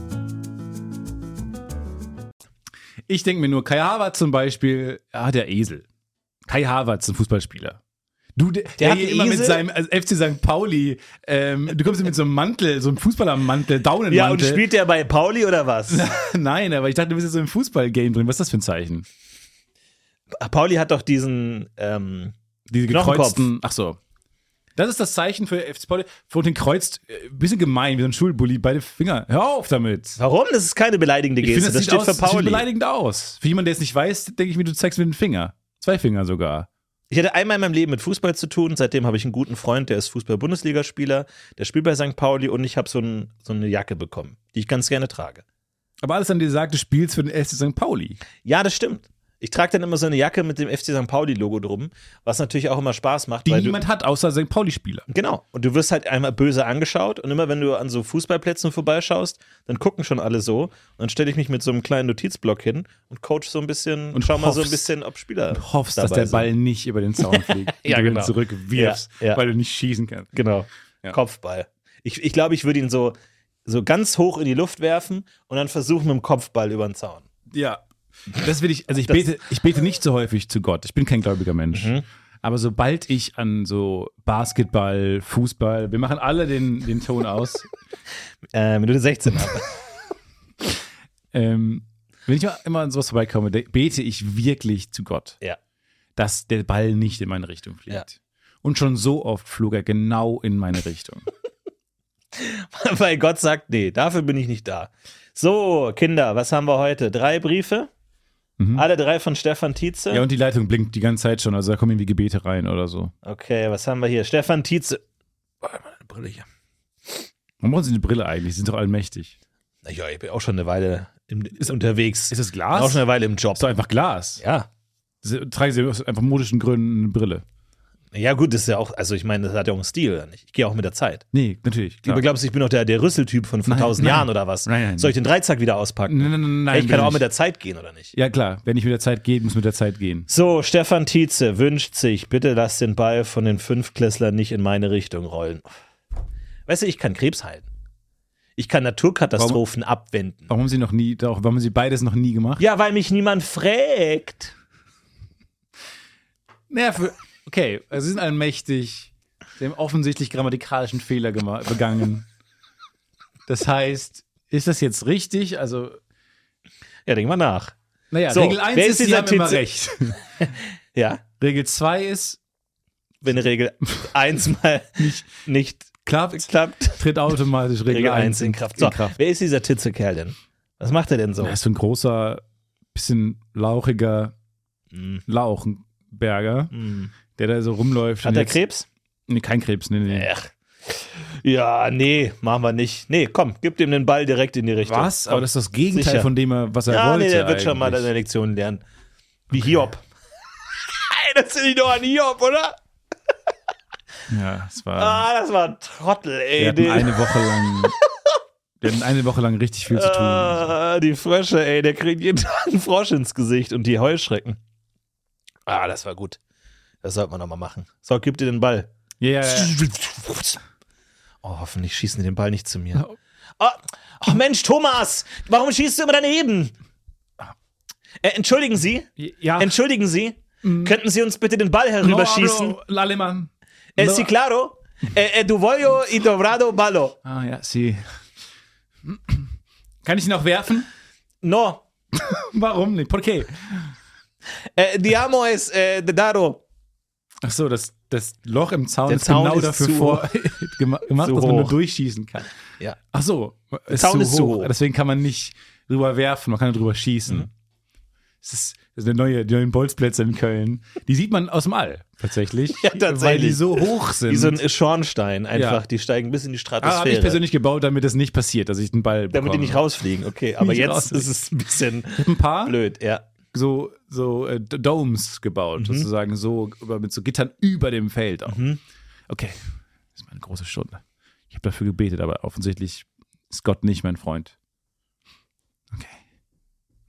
Speaker 2: Ich denke mir nur, Kai Havertz zum Beispiel, ah, der Esel. Kai Havertz, ein Fußballspieler. Du, der, der
Speaker 1: hat
Speaker 2: hat
Speaker 1: einen
Speaker 2: immer
Speaker 1: Esel?
Speaker 2: mit seinem also FC St. Pauli, ähm, du kommst ihm mit so einem Mantel, so einem Fußballermantel, Daunenmantel.
Speaker 1: Ja, und spielt der bei Pauli oder was?
Speaker 2: (laughs) Nein, aber ich dachte, du bist jetzt so im Fußballgame drin. Was ist das für ein Zeichen?
Speaker 1: Pauli hat doch diesen. Ähm,
Speaker 2: Diese
Speaker 1: Knochenkopf.
Speaker 2: gekreuzten. Ach so. Das ist das Zeichen für FC Pauli. Florentin kreuzt, äh, bisschen gemein, wie so ein Schulbully, beide Finger. Hör auf damit.
Speaker 1: Warum? Das ist keine beleidigende
Speaker 2: Ich
Speaker 1: Geste.
Speaker 2: finde, das,
Speaker 1: das
Speaker 2: sieht
Speaker 1: steht
Speaker 2: aus,
Speaker 1: für
Speaker 2: das sieht
Speaker 1: Pauli.
Speaker 2: beleidigend aus. Für jemanden, der es nicht weiß, denke ich mir, du zeigst mit dem Finger. Zwei Finger sogar.
Speaker 1: Ich hatte einmal in meinem Leben mit Fußball zu tun. Seitdem habe ich einen guten Freund, der ist Fußball-Bundesligaspieler. Der spielt bei St. Pauli und ich habe so, ein, so eine Jacke bekommen, die ich ganz gerne trage.
Speaker 2: Aber alles an dir sagt, du spielst für den FC St. Pauli.
Speaker 1: Ja, das stimmt. Ich trage dann immer so eine Jacke mit dem FC St. Pauli-Logo drum, was natürlich auch immer Spaß macht.
Speaker 2: Die
Speaker 1: weil du,
Speaker 2: niemand hat, außer St. Pauli-Spieler.
Speaker 1: Genau. Und du wirst halt einmal böse angeschaut und immer wenn du an so Fußballplätzen vorbeischaust, dann gucken schon alle so. Und dann stelle ich mich mit so einem kleinen Notizblock hin und coach so ein bisschen und
Speaker 2: Und
Speaker 1: schau mal so ein
Speaker 2: hoffst-
Speaker 1: bisschen, ob Spieler.
Speaker 2: Hoffst, dass
Speaker 1: dabei
Speaker 2: der Ball nicht über den Zaun fliegt
Speaker 1: (laughs) Ja,
Speaker 2: und du
Speaker 1: genau.
Speaker 2: ihn zurückwirfst,
Speaker 1: Ja, ja.
Speaker 2: weil du nicht schießen kannst.
Speaker 1: sind. Genau.
Speaker 2: Ja.
Speaker 1: Kopfball. Ich, ich glaube, ich würde ihn so, so ganz hoch in die Luft werfen und dann versuchen, mit dem Kopfball über den Zaun.
Speaker 2: Ja. Das will ich, also ich bete, ich bete nicht so häufig zu Gott. Ich bin kein gläubiger Mensch.
Speaker 1: Mhm.
Speaker 2: Aber sobald ich an so Basketball, Fußball, wir machen alle den, den
Speaker 1: (laughs)
Speaker 2: Ton aus.
Speaker 1: Äh, Minute 16 ab.
Speaker 2: ähm, wenn ich mal immer an sowas vorbeikomme, de- bete ich wirklich zu Gott.
Speaker 1: (laughs) ja.
Speaker 2: dass der Ball nicht in meine Richtung fliegt.
Speaker 1: Ja.
Speaker 2: Und schon so oft flog er genau in meine Richtung.
Speaker 1: (laughs) Weil Gott sagt, nee, dafür bin ich nicht da. So, Kinder, was haben wir heute? Drei Briefe.
Speaker 2: Mhm.
Speaker 1: Alle drei von Stefan Tietze.
Speaker 2: ja, und die Leitung blinkt die ganze Zeit schon, also da kommen irgendwie Gebete rein oder so.
Speaker 1: Okay, was haben wir hier? Stefan Tietze. Oh, meine Brille hier.
Speaker 2: Warum brauchen sie eine Brille eigentlich? Sie sind doch allmächtig.
Speaker 1: Naja, ich bin auch schon eine Weile im, ist unterwegs.
Speaker 2: Ist das
Speaker 1: Bin
Speaker 2: Glas?
Speaker 1: auch schon
Speaker 2: Ist
Speaker 1: eine Weile im Job.
Speaker 2: doch einfach Glas.
Speaker 1: Ja.
Speaker 2: Sie- Tragen sie aus einfach modischen Gründen eine Brille.
Speaker 1: Ja, gut, das ist ja auch, also ich meine, das hat ja auch einen Stil, oder nicht? Ich gehe auch mit der Zeit.
Speaker 2: Nee, natürlich.
Speaker 1: Du
Speaker 2: Klar.
Speaker 1: glaubst, ich bin doch der, der Rüsseltyp von vor
Speaker 2: Nein,
Speaker 1: tausend
Speaker 2: nein.
Speaker 1: Jahren oder was?
Speaker 2: Nein, nein,
Speaker 1: Soll ich den Dreizack wieder auspacken?
Speaker 2: Nein, nein, nein, nein,
Speaker 1: Ey, ich kann
Speaker 2: bin
Speaker 1: auch
Speaker 2: ich.
Speaker 1: mit der Zeit gehen, oder nicht?
Speaker 2: Ja, klar. Wenn ich mit der Zeit gehe, muss mit der Zeit gehen.
Speaker 1: So, Stefan Tietze wünscht sich, bitte lass den Ball von den Fünftklässlern nicht in meine Richtung rollen. Weißt du, ich kann Krebs halten. Ich kann Naturkatastrophen abwenden.
Speaker 2: Warum haben sie noch nie, auch, warum haben sie beides noch nie gemacht?
Speaker 1: Ja, weil mich niemand fragt.
Speaker 2: Naja, für, okay, also sie sind allmächtig. Sie haben offensichtlich grammatikalischen Fehler gema- begangen. Das heißt, ist das jetzt richtig? Also,
Speaker 1: Ja, denk mal nach.
Speaker 2: naja,
Speaker 1: So,
Speaker 2: Regel 1
Speaker 1: wer
Speaker 2: ist,
Speaker 1: ist
Speaker 2: sie
Speaker 1: dieser
Speaker 2: haben immer
Speaker 1: Titel?
Speaker 2: recht.
Speaker 1: Ja,
Speaker 2: Regel 2 ist,
Speaker 1: wenn
Speaker 2: (laughs)
Speaker 1: Regel 1 mal nicht, nicht
Speaker 2: klappt,
Speaker 1: klappt,
Speaker 2: tritt automatisch Regel,
Speaker 1: Regel 1
Speaker 2: 1
Speaker 1: in Kraft. So, wer ist dieser Titzekerl denn? Was macht er denn so?
Speaker 2: Er ist so ein großer, bisschen lauchiger
Speaker 1: Mhm.
Speaker 2: Lauchenberger,
Speaker 1: Hm.
Speaker 2: der da so rumläuft.
Speaker 1: Hat
Speaker 2: und
Speaker 1: er
Speaker 2: jetzt-
Speaker 1: Krebs?
Speaker 2: Nee, kein Krebs, nee, nee.
Speaker 1: Ach. Ja, nee, machen wir nicht. Nee, komm, gib ihm den Ball direkt in die Richtung.
Speaker 2: Was?
Speaker 1: Komm.
Speaker 2: Aber das ist das Gegenteil
Speaker 1: Sicher.
Speaker 2: von dem, er- was er
Speaker 1: ja,
Speaker 2: wollte.
Speaker 1: nee, der wird schon mal
Speaker 2: eigentlich.
Speaker 1: seine Lektion lernen. Wie Hiob. (laughs) Ey, das sind doch an Hiob, oder?
Speaker 2: Ja, es war.
Speaker 1: Ah, das war ein Trottel, ey.
Speaker 2: Wir hatten
Speaker 1: den-
Speaker 2: eine Woche lang. Wir hatten eine Woche lang richtig viel zu tun.
Speaker 1: Ah, die Frösche, ey, der kriegt jeden Tag einen Frosch ins Gesicht und die Heuschrecken. Ah, das war gut. Das sollte man nochmal machen. So, gib dir den Ball.
Speaker 2: Ja, ja, ja.
Speaker 1: Oh, hoffentlich schießen die den Ball nicht zu mir. Oh, oh Mensch, Thomas, warum schießt du immer daneben? Äh, entschuldigen Sie,
Speaker 2: ja.
Speaker 1: entschuldigen Sie, könnten Sie uns bitte den Ball herüberschießen?
Speaker 2: No, hablo Laleman.
Speaker 1: Eh, sí, claro. Eh, eh, duvollo y dobrado ballo.
Speaker 2: Ah, ja, sie. Kann ich ihn noch werfen?
Speaker 1: No,
Speaker 2: Warum nicht? Porque.
Speaker 1: eh, diamo es eh, de daro.
Speaker 2: Ach so, das, das Loch im Zaun
Speaker 1: Der
Speaker 2: ist
Speaker 1: Zaun
Speaker 2: genau
Speaker 1: ist
Speaker 2: dafür
Speaker 1: zu
Speaker 2: vor, (laughs) gema- gemacht,
Speaker 1: Zu
Speaker 2: dass man nur
Speaker 1: hoch.
Speaker 2: durchschießen kann.
Speaker 1: Ja.
Speaker 2: Ach so, ist
Speaker 1: Zaun
Speaker 2: zu
Speaker 1: ist
Speaker 2: hoch. Mhm.
Speaker 1: zu hoch.
Speaker 2: Deswegen kann man nicht drüber werfen, man kann nur drüber schießen. Das ist, das ist eine neue, die neuen Bolzplätze in Köln. Die sieht man aus dem All, (laughs) tatsächlich.
Speaker 1: Ja, tatsächlich.
Speaker 2: Weil die so hoch sind.
Speaker 1: Wie so ein Schornstein einfach.
Speaker 2: Ja.
Speaker 1: Die steigen bis in die
Speaker 2: Ah, habe ich
Speaker 1: Stratosphäre.
Speaker 2: persönlich gebaut, damit das nicht passiert, dass ich den Ball
Speaker 1: halt. damit die
Speaker 2: bekomme.
Speaker 1: nicht rausfliegen.
Speaker 2: (laughs)
Speaker 1: Okay, aber
Speaker 2: Nicht
Speaker 1: jetzt
Speaker 2: rausfliegen.
Speaker 1: ist es ein
Speaker 2: (laughs)
Speaker 1: bisschen
Speaker 2: Ich habe ein paar
Speaker 1: blöd, ja.
Speaker 2: so, so äh, D- Domes
Speaker 1: Mhm.
Speaker 2: gebaut, sozusagen so über, mit so Gittern über dem Feld auch. Okay, das ist meine große Stunde. Ich habe dafür gebetet, aber offensichtlich ist Gott nicht mein Freund. Okay,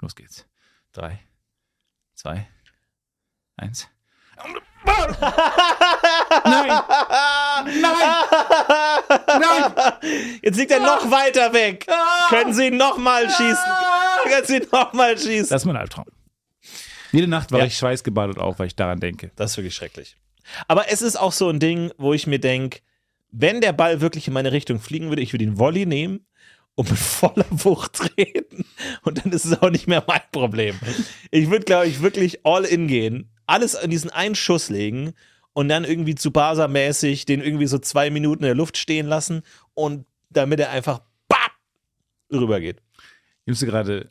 Speaker 2: los geht's. Drei, zwei, eins. Nein! Nein! Nein!
Speaker 1: Jetzt liegt er
Speaker 2: Ah!
Speaker 1: noch weiter weg. Können Sie ihn nochmal schießen? Können Sie ihn nochmal schießen?
Speaker 2: Das ist mein Albtraum. Jede Nacht war
Speaker 1: Ja.
Speaker 2: ich schweißgebadet auf, weil ich daran denke.
Speaker 1: Das ist wirklich schrecklich. Aber es ist auch so ein Ding, wo ich mir denke, wenn der Ball wirklich in meine Richtung fliegen würde, ich würde ihn Volley nehmen und mit voller Wucht (laughs) treten. Und dann ist es auch nicht mehr mein Problem. Ich würde, glaube ich, wirklich all in gehen, alles in diesen einen Schuss legen und dann irgendwie zu Basa-mäßig den irgendwie so zwei Minuten in der Luft stehen lassen und damit er einfach bap, rübergeht.
Speaker 2: Ich musste gerade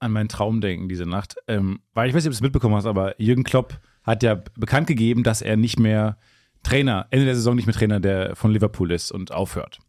Speaker 2: an meinen Traum denken diese Nacht. Ähm, weil ich weiß nicht, ob du es mitbekommen hast, aber Jürgen Klopp hat ja bekannt gegeben, dass er nicht mehr Trainer, Ende der Saison nicht mehr Trainer der, von Liverpool ist und aufhört.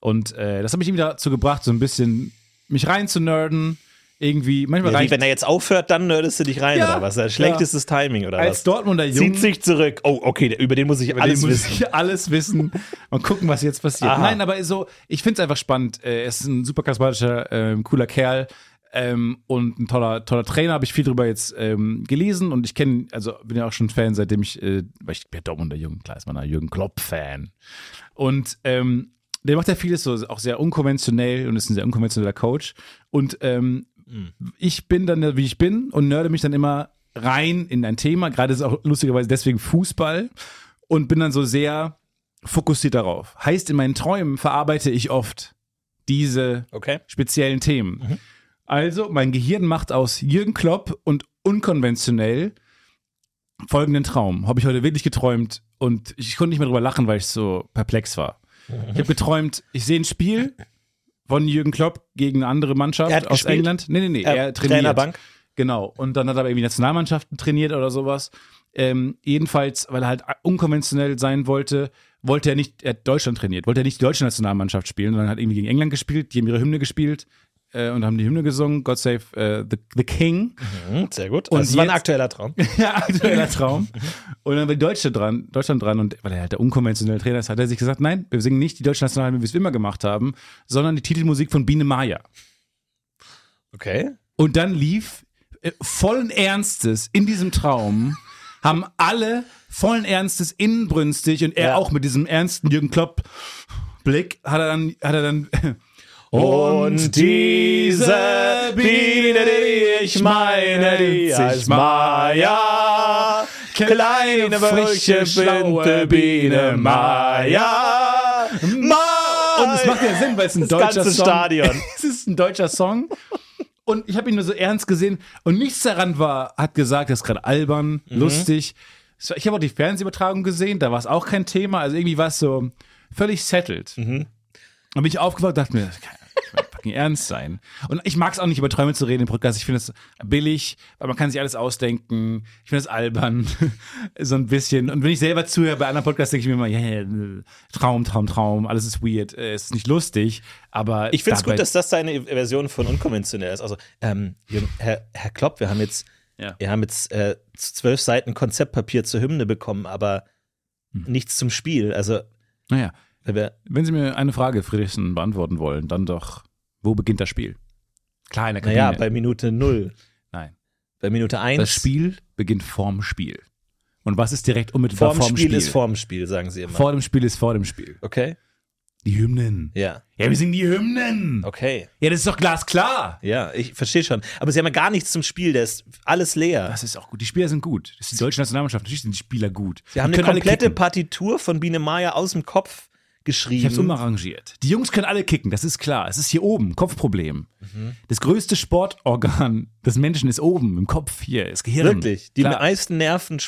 Speaker 2: Und äh, das hat mich ihm dazu gebracht, so ein bisschen mich reinzunerden. Irgendwie, manchmal
Speaker 1: Ja, wie,
Speaker 2: reicht
Speaker 1: wenn er jetzt aufhört, dann nerdest du dich rein,
Speaker 2: Ja,
Speaker 1: oder was?
Speaker 2: ja.
Speaker 1: Das Schlechtestes Timing, oder
Speaker 2: als
Speaker 1: was?
Speaker 2: Dortmunder Jung,
Speaker 1: Zieht sich zurück. Oh, okay, der- über den muss ich
Speaker 2: über
Speaker 1: alles
Speaker 2: den muss
Speaker 1: wissen.
Speaker 2: ich (laughs) alles wissen und gucken, was jetzt passiert.
Speaker 1: Aha.
Speaker 2: Nein, aber so, ich finde es einfach spannend. Äh, Er ist ein super charismatischer, ähm, cooler Kerl ähm, und ein toller, toller Trainer. Habe ich viel drüber jetzt ähm, gelesen und ich kenne, also bin ja auch schon Fan, seitdem ich, äh, weil ich bin ja Dortmunder Jürgen, klar ist man ein Jürgen Klopp-Fan. Und ähm, der macht ja vieles so auch sehr unkonventionell und ist ein sehr unkonventioneller Coach. Und ähm,
Speaker 1: Mhm.
Speaker 2: ich bin dann, wie ich bin und nerde mich dann immer rein in ein Thema. Gerade ist es auch lustigerweise deswegen Fußball und bin dann so sehr fokussiert darauf. Heißt, in meinen Träumen verarbeite ich oft diese
Speaker 1: Okay.
Speaker 2: speziellen Themen.
Speaker 1: Mhm.
Speaker 2: Also, mein Gehirn macht aus Jürgen Klopp und unkonventionell folgenden Traum. Habe ich heute wirklich geträumt und ich konnte nicht mehr drüber lachen, weil ich so perplex war.
Speaker 1: Mhm.
Speaker 2: Ich habe geträumt, ich sehe ein Spiel von Jürgen Klopp gegen eine andere Mannschaft
Speaker 1: Er hat
Speaker 2: aus
Speaker 1: gespielt?
Speaker 2: England. Nee, nee, nee,
Speaker 1: Er-
Speaker 2: er trainiert.
Speaker 1: Trainerbank?
Speaker 2: Genau. Und dann hat er aber irgendwie Nationalmannschaften trainiert oder sowas. Ähm, jedenfalls, weil er halt unkonventionell sein wollte, wollte er nicht, er hat Deutschland trainiert, wollte er nicht die deutsche Nationalmannschaft spielen, sondern hat irgendwie gegen England gespielt, die haben ihre Hymne gespielt, äh, und haben die Hymne gesungen, God Save äh, the,
Speaker 1: (laughs)
Speaker 2: the King. (laughs)
Speaker 1: Mhm, sehr gut.
Speaker 2: Und
Speaker 1: das war ein
Speaker 2: jetzt-
Speaker 1: aktueller Traum.
Speaker 2: Ja, aktueller Traum. Und dann war die Deutsche dran, Deutschland dran und weil er halt der unkonventionelle Trainer ist, hat er sich gesagt, nein, wir singen nicht die deutsche Nationalhymne, wie wir es immer gemacht haben, sondern die Titelmusik von Biene Maya.
Speaker 1: Okay.
Speaker 2: Und dann lief äh, vollen Ernstes in diesem Traum, haben alle vollen Ernstes inbrünstig und er
Speaker 1: Ja.
Speaker 2: auch mit diesem ernsten Jürgen Klopp Blick hat er dann, hat er dann (laughs) und diese Biene, die ich meine, die heißt Maya. Kleine, frische, schlaue Biene Maya.
Speaker 1: Maya.
Speaker 2: Und es macht ja Sinn, weil es ein
Speaker 1: Das
Speaker 2: deutscher
Speaker 1: ganze
Speaker 2: Song
Speaker 1: Stadion.
Speaker 2: (laughs) Es ist ein deutscher Song. Und ich habe ihn nur so ernst gesehen und nichts daran war, hat gesagt, das ist gerade albern,
Speaker 1: Mhm.
Speaker 2: lustig. So, Ich habe auch die Fernsehübertragung gesehen, da war es auch kein Thema. Also irgendwie war es so völlig settled. Dann bin ich aufgewacht und dachte mir, das kann ja nicht fucking ernst sein. Und ich mag es auch nicht, über Träume zu reden im Podcast. Ich finde es billig, weil man kann sich alles ausdenken. Ich finde es albern, (laughs) so ein bisschen. Und wenn ich selber zuhöre bei anderen Podcasts, denke ich mir immer, ja, ja, ja, Traum, Traum, Traum, alles ist weird, äh, es ist nicht lustig, aber
Speaker 1: Ich finde es
Speaker 2: dabei-
Speaker 1: gut, dass das deine Version von unkonventionell ist. Also, ähm, Jürgen- Herr, Herr Klopp, wir haben jetzt,
Speaker 2: Ja.
Speaker 1: wir haben jetzt äh, z- zwölf Seiten Konzeptpapier zur Hymne bekommen, aber
Speaker 2: Hm.
Speaker 1: nichts zum Spiel. Also,
Speaker 2: Naja,
Speaker 1: wenn wir,
Speaker 2: wenn Sie mir eine Frage, Friedrichsen, beantworten wollen, dann doch, wo beginnt das Spiel? Klar, in der Kabine.
Speaker 1: naja, bei Minute null,
Speaker 2: Nein.
Speaker 1: bei Minute eins.
Speaker 2: Das Spiel beginnt vorm Spiel. Und was ist direkt unmittelbar
Speaker 1: vorm
Speaker 2: vorm
Speaker 1: Spiel, ist vorm Spiel, sagen sie immer.
Speaker 2: Vor dem Spiel ist vor dem Spiel.
Speaker 1: okay?
Speaker 2: Die Hymnen.
Speaker 1: Ja,
Speaker 2: Ja, wir singen die Hymnen.
Speaker 1: okay.
Speaker 2: Ja, das ist doch glasklar.
Speaker 1: Ja, ich verstehe schon. Aber sie haben ja gar nichts zum Spiel, da ist alles leer.
Speaker 2: Das ist auch gut. Die Spieler sind gut. Das ist die deutsche Nationalmannschaft. Natürlich sind die Spieler gut.
Speaker 1: Sie haben
Speaker 2: die
Speaker 1: eine
Speaker 2: können alle
Speaker 1: komplette
Speaker 2: kicken.
Speaker 1: Partitur von Biene Maya aus dem Kopf
Speaker 2: Ich hab's
Speaker 1: geschrieben.
Speaker 2: umarrangiert. Die Jungs können alle kicken, das ist klar. Es ist hier oben, Kopfproblem. Das größte Sportorgan des Menschen ist oben, im Kopf hier, das Gehirn.
Speaker 1: Wirklich. Die
Speaker 2: Klar.
Speaker 1: meisten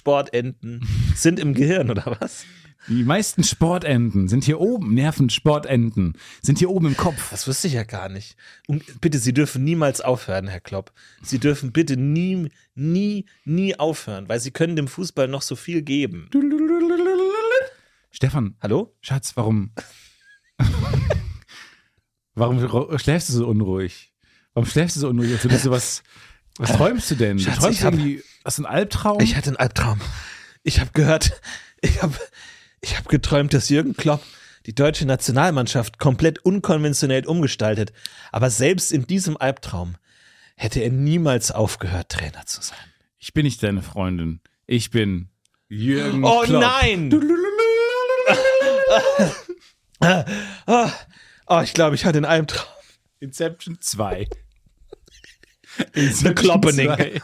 Speaker 1: Nervensportenden sind im Gehirn, oder was?
Speaker 2: Die meisten Sportenden sind hier oben, Nervensportenden sind hier oben im Kopf.
Speaker 1: Das wusste ich ja gar nicht. Und bitte, Sie dürfen niemals aufhören, Herr Klopp. Sie dürfen bitte nie, nie, nie aufhören, weil Sie können dem Fußball noch so viel geben.
Speaker 2: Stefan,
Speaker 1: Hallo?
Speaker 2: Schatz, warum? warum ro- schläfst du so unruhig? Warum schläfst du so unruhig? Also bist du was, was träumst du denn?
Speaker 1: Schatz,
Speaker 2: du träumst
Speaker 1: ich hab-
Speaker 2: irgendwie aus einem Albtraum?
Speaker 1: Ich hatte einen Albtraum. Ich habe gehört, ich habe ich hab geträumt, dass Jürgen Klopp die deutsche Nationalmannschaft komplett unkonventionell umgestaltet. Aber selbst in diesem Albtraum hätte er niemals aufgehört, Trainer zu sein.
Speaker 2: Ich bin nicht deine Freundin. Ich bin Jürgen
Speaker 1: Oh
Speaker 2: Klopp.
Speaker 1: nein! Ah, Oh, ich glaube, ich hatte einen Albtraum.
Speaker 2: Inception 2.
Speaker 1: The Kloppening.
Speaker 2: Zwei.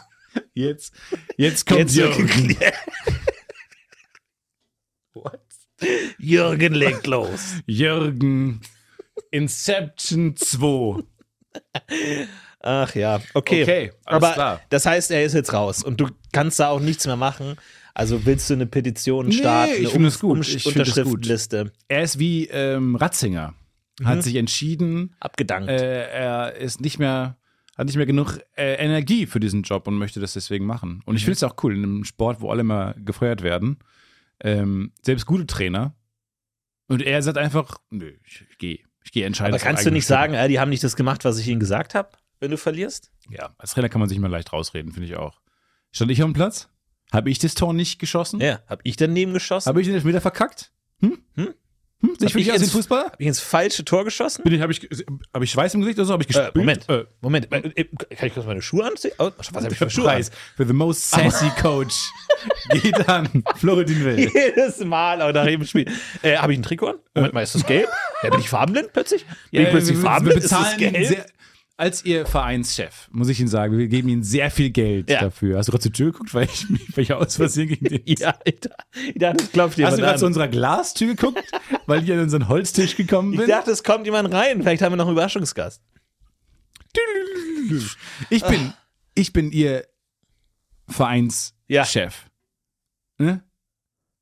Speaker 2: Jetzt, jetzt kommt
Speaker 1: Jetzt
Speaker 2: Jürgen.
Speaker 1: Jürgen.
Speaker 2: (laughs)
Speaker 1: Jürgen legt los.
Speaker 2: Jürgen. Inception 2.
Speaker 1: Ach ja, okay.
Speaker 2: Okay, alles
Speaker 1: Aber
Speaker 2: klar.
Speaker 1: das heißt, er ist jetzt raus und du kannst da auch nichts mehr machen. Also willst du eine Petition
Speaker 2: Nee,
Speaker 1: starten,
Speaker 2: ich
Speaker 1: eine
Speaker 2: find das gut.
Speaker 1: Umsch-
Speaker 2: Ich find das gut.
Speaker 1: Unterschriftenliste?
Speaker 2: Er ist wie ähm, Ratzinger.
Speaker 1: Mhm.
Speaker 2: Hat sich entschieden,
Speaker 1: Abgedankt.
Speaker 2: äh, er ist nicht mehr, hat nicht mehr genug äh, Energie für diesen Job und möchte das deswegen machen. Und ich
Speaker 1: Mhm.
Speaker 2: finde es auch cool, in einem Sport, wo alle immer gefeuert werden, ähm, selbst gute Trainer. Und er sagt einfach, nö, ich, ich gehe. Ich gehe entscheiden.
Speaker 1: Aber
Speaker 2: das auf
Speaker 1: kannst du
Speaker 2: eigene
Speaker 1: nicht
Speaker 2: Stimme.
Speaker 1: sagen, äh, die haben nicht das gemacht, was ich ihnen gesagt habe, wenn du verlierst?
Speaker 2: Ja, als Trainer kann man sich immer leicht rausreden, finde ich auch. Stand ich auf dem Platz? Habe ich das Tor nicht geschossen?
Speaker 1: Ja. Hab ich daneben geschossen?
Speaker 2: Habe ich den Elfmeter verkackt? Hm?
Speaker 1: Hm?
Speaker 2: Hm? Sehe
Speaker 1: Hab
Speaker 2: ich wirklich
Speaker 1: ich
Speaker 2: aus wie ein
Speaker 1: ins-
Speaker 2: Fußballer?
Speaker 1: Hab ich ins falsche Tor geschossen?
Speaker 2: Bin ich, habe ich, hab ich Schweiß im Gesicht oder so? Habe ich
Speaker 1: Äh,
Speaker 2: gespielt?
Speaker 1: Moment,
Speaker 2: Äh,
Speaker 1: Moment. äh, äh, Kann ich kurz meine Schuhe anziehen? Oh, was habe ich
Speaker 2: (laughs)
Speaker 1: für
Speaker 2: Der
Speaker 1: Schuhe? an?
Speaker 2: Preis für the most sassy
Speaker 1: (laughs)
Speaker 2: coach geht an Florentin Will.
Speaker 1: Jedes Mal, auch nach jedem Spiel. Äh, habe ich ein Trikot an? Moment mal, ist das gelb? Ja, bin ich farbenblind plötzlich?
Speaker 2: (laughs)
Speaker 1: Bin ich plötzlich farbenblind? Ist das
Speaker 2: ihn
Speaker 1: gelb?
Speaker 2: sehr, als ihr Vereinschef, muss ich Ihnen sagen, wir geben Ihnen sehr viel Geld
Speaker 1: Ja.
Speaker 2: dafür. Hast du gerade zur Tür geguckt, weil ich mich weil ich aus Versehen gegen den...
Speaker 1: (laughs) Ja, ich dachte, ich dachte, es klopft
Speaker 2: Hast
Speaker 1: jemand
Speaker 2: du gerade zu
Speaker 1: an.
Speaker 2: unserer Glastür geguckt, weil ich an unseren Holztisch gekommen
Speaker 1: Ich
Speaker 2: bin?
Speaker 1: dachte, es kommt jemand rein. Vielleicht haben wir noch einen Überraschungsgast.
Speaker 2: Ich bin, ich bin Ihr Vereinschef.
Speaker 1: Ja.
Speaker 2: Ne?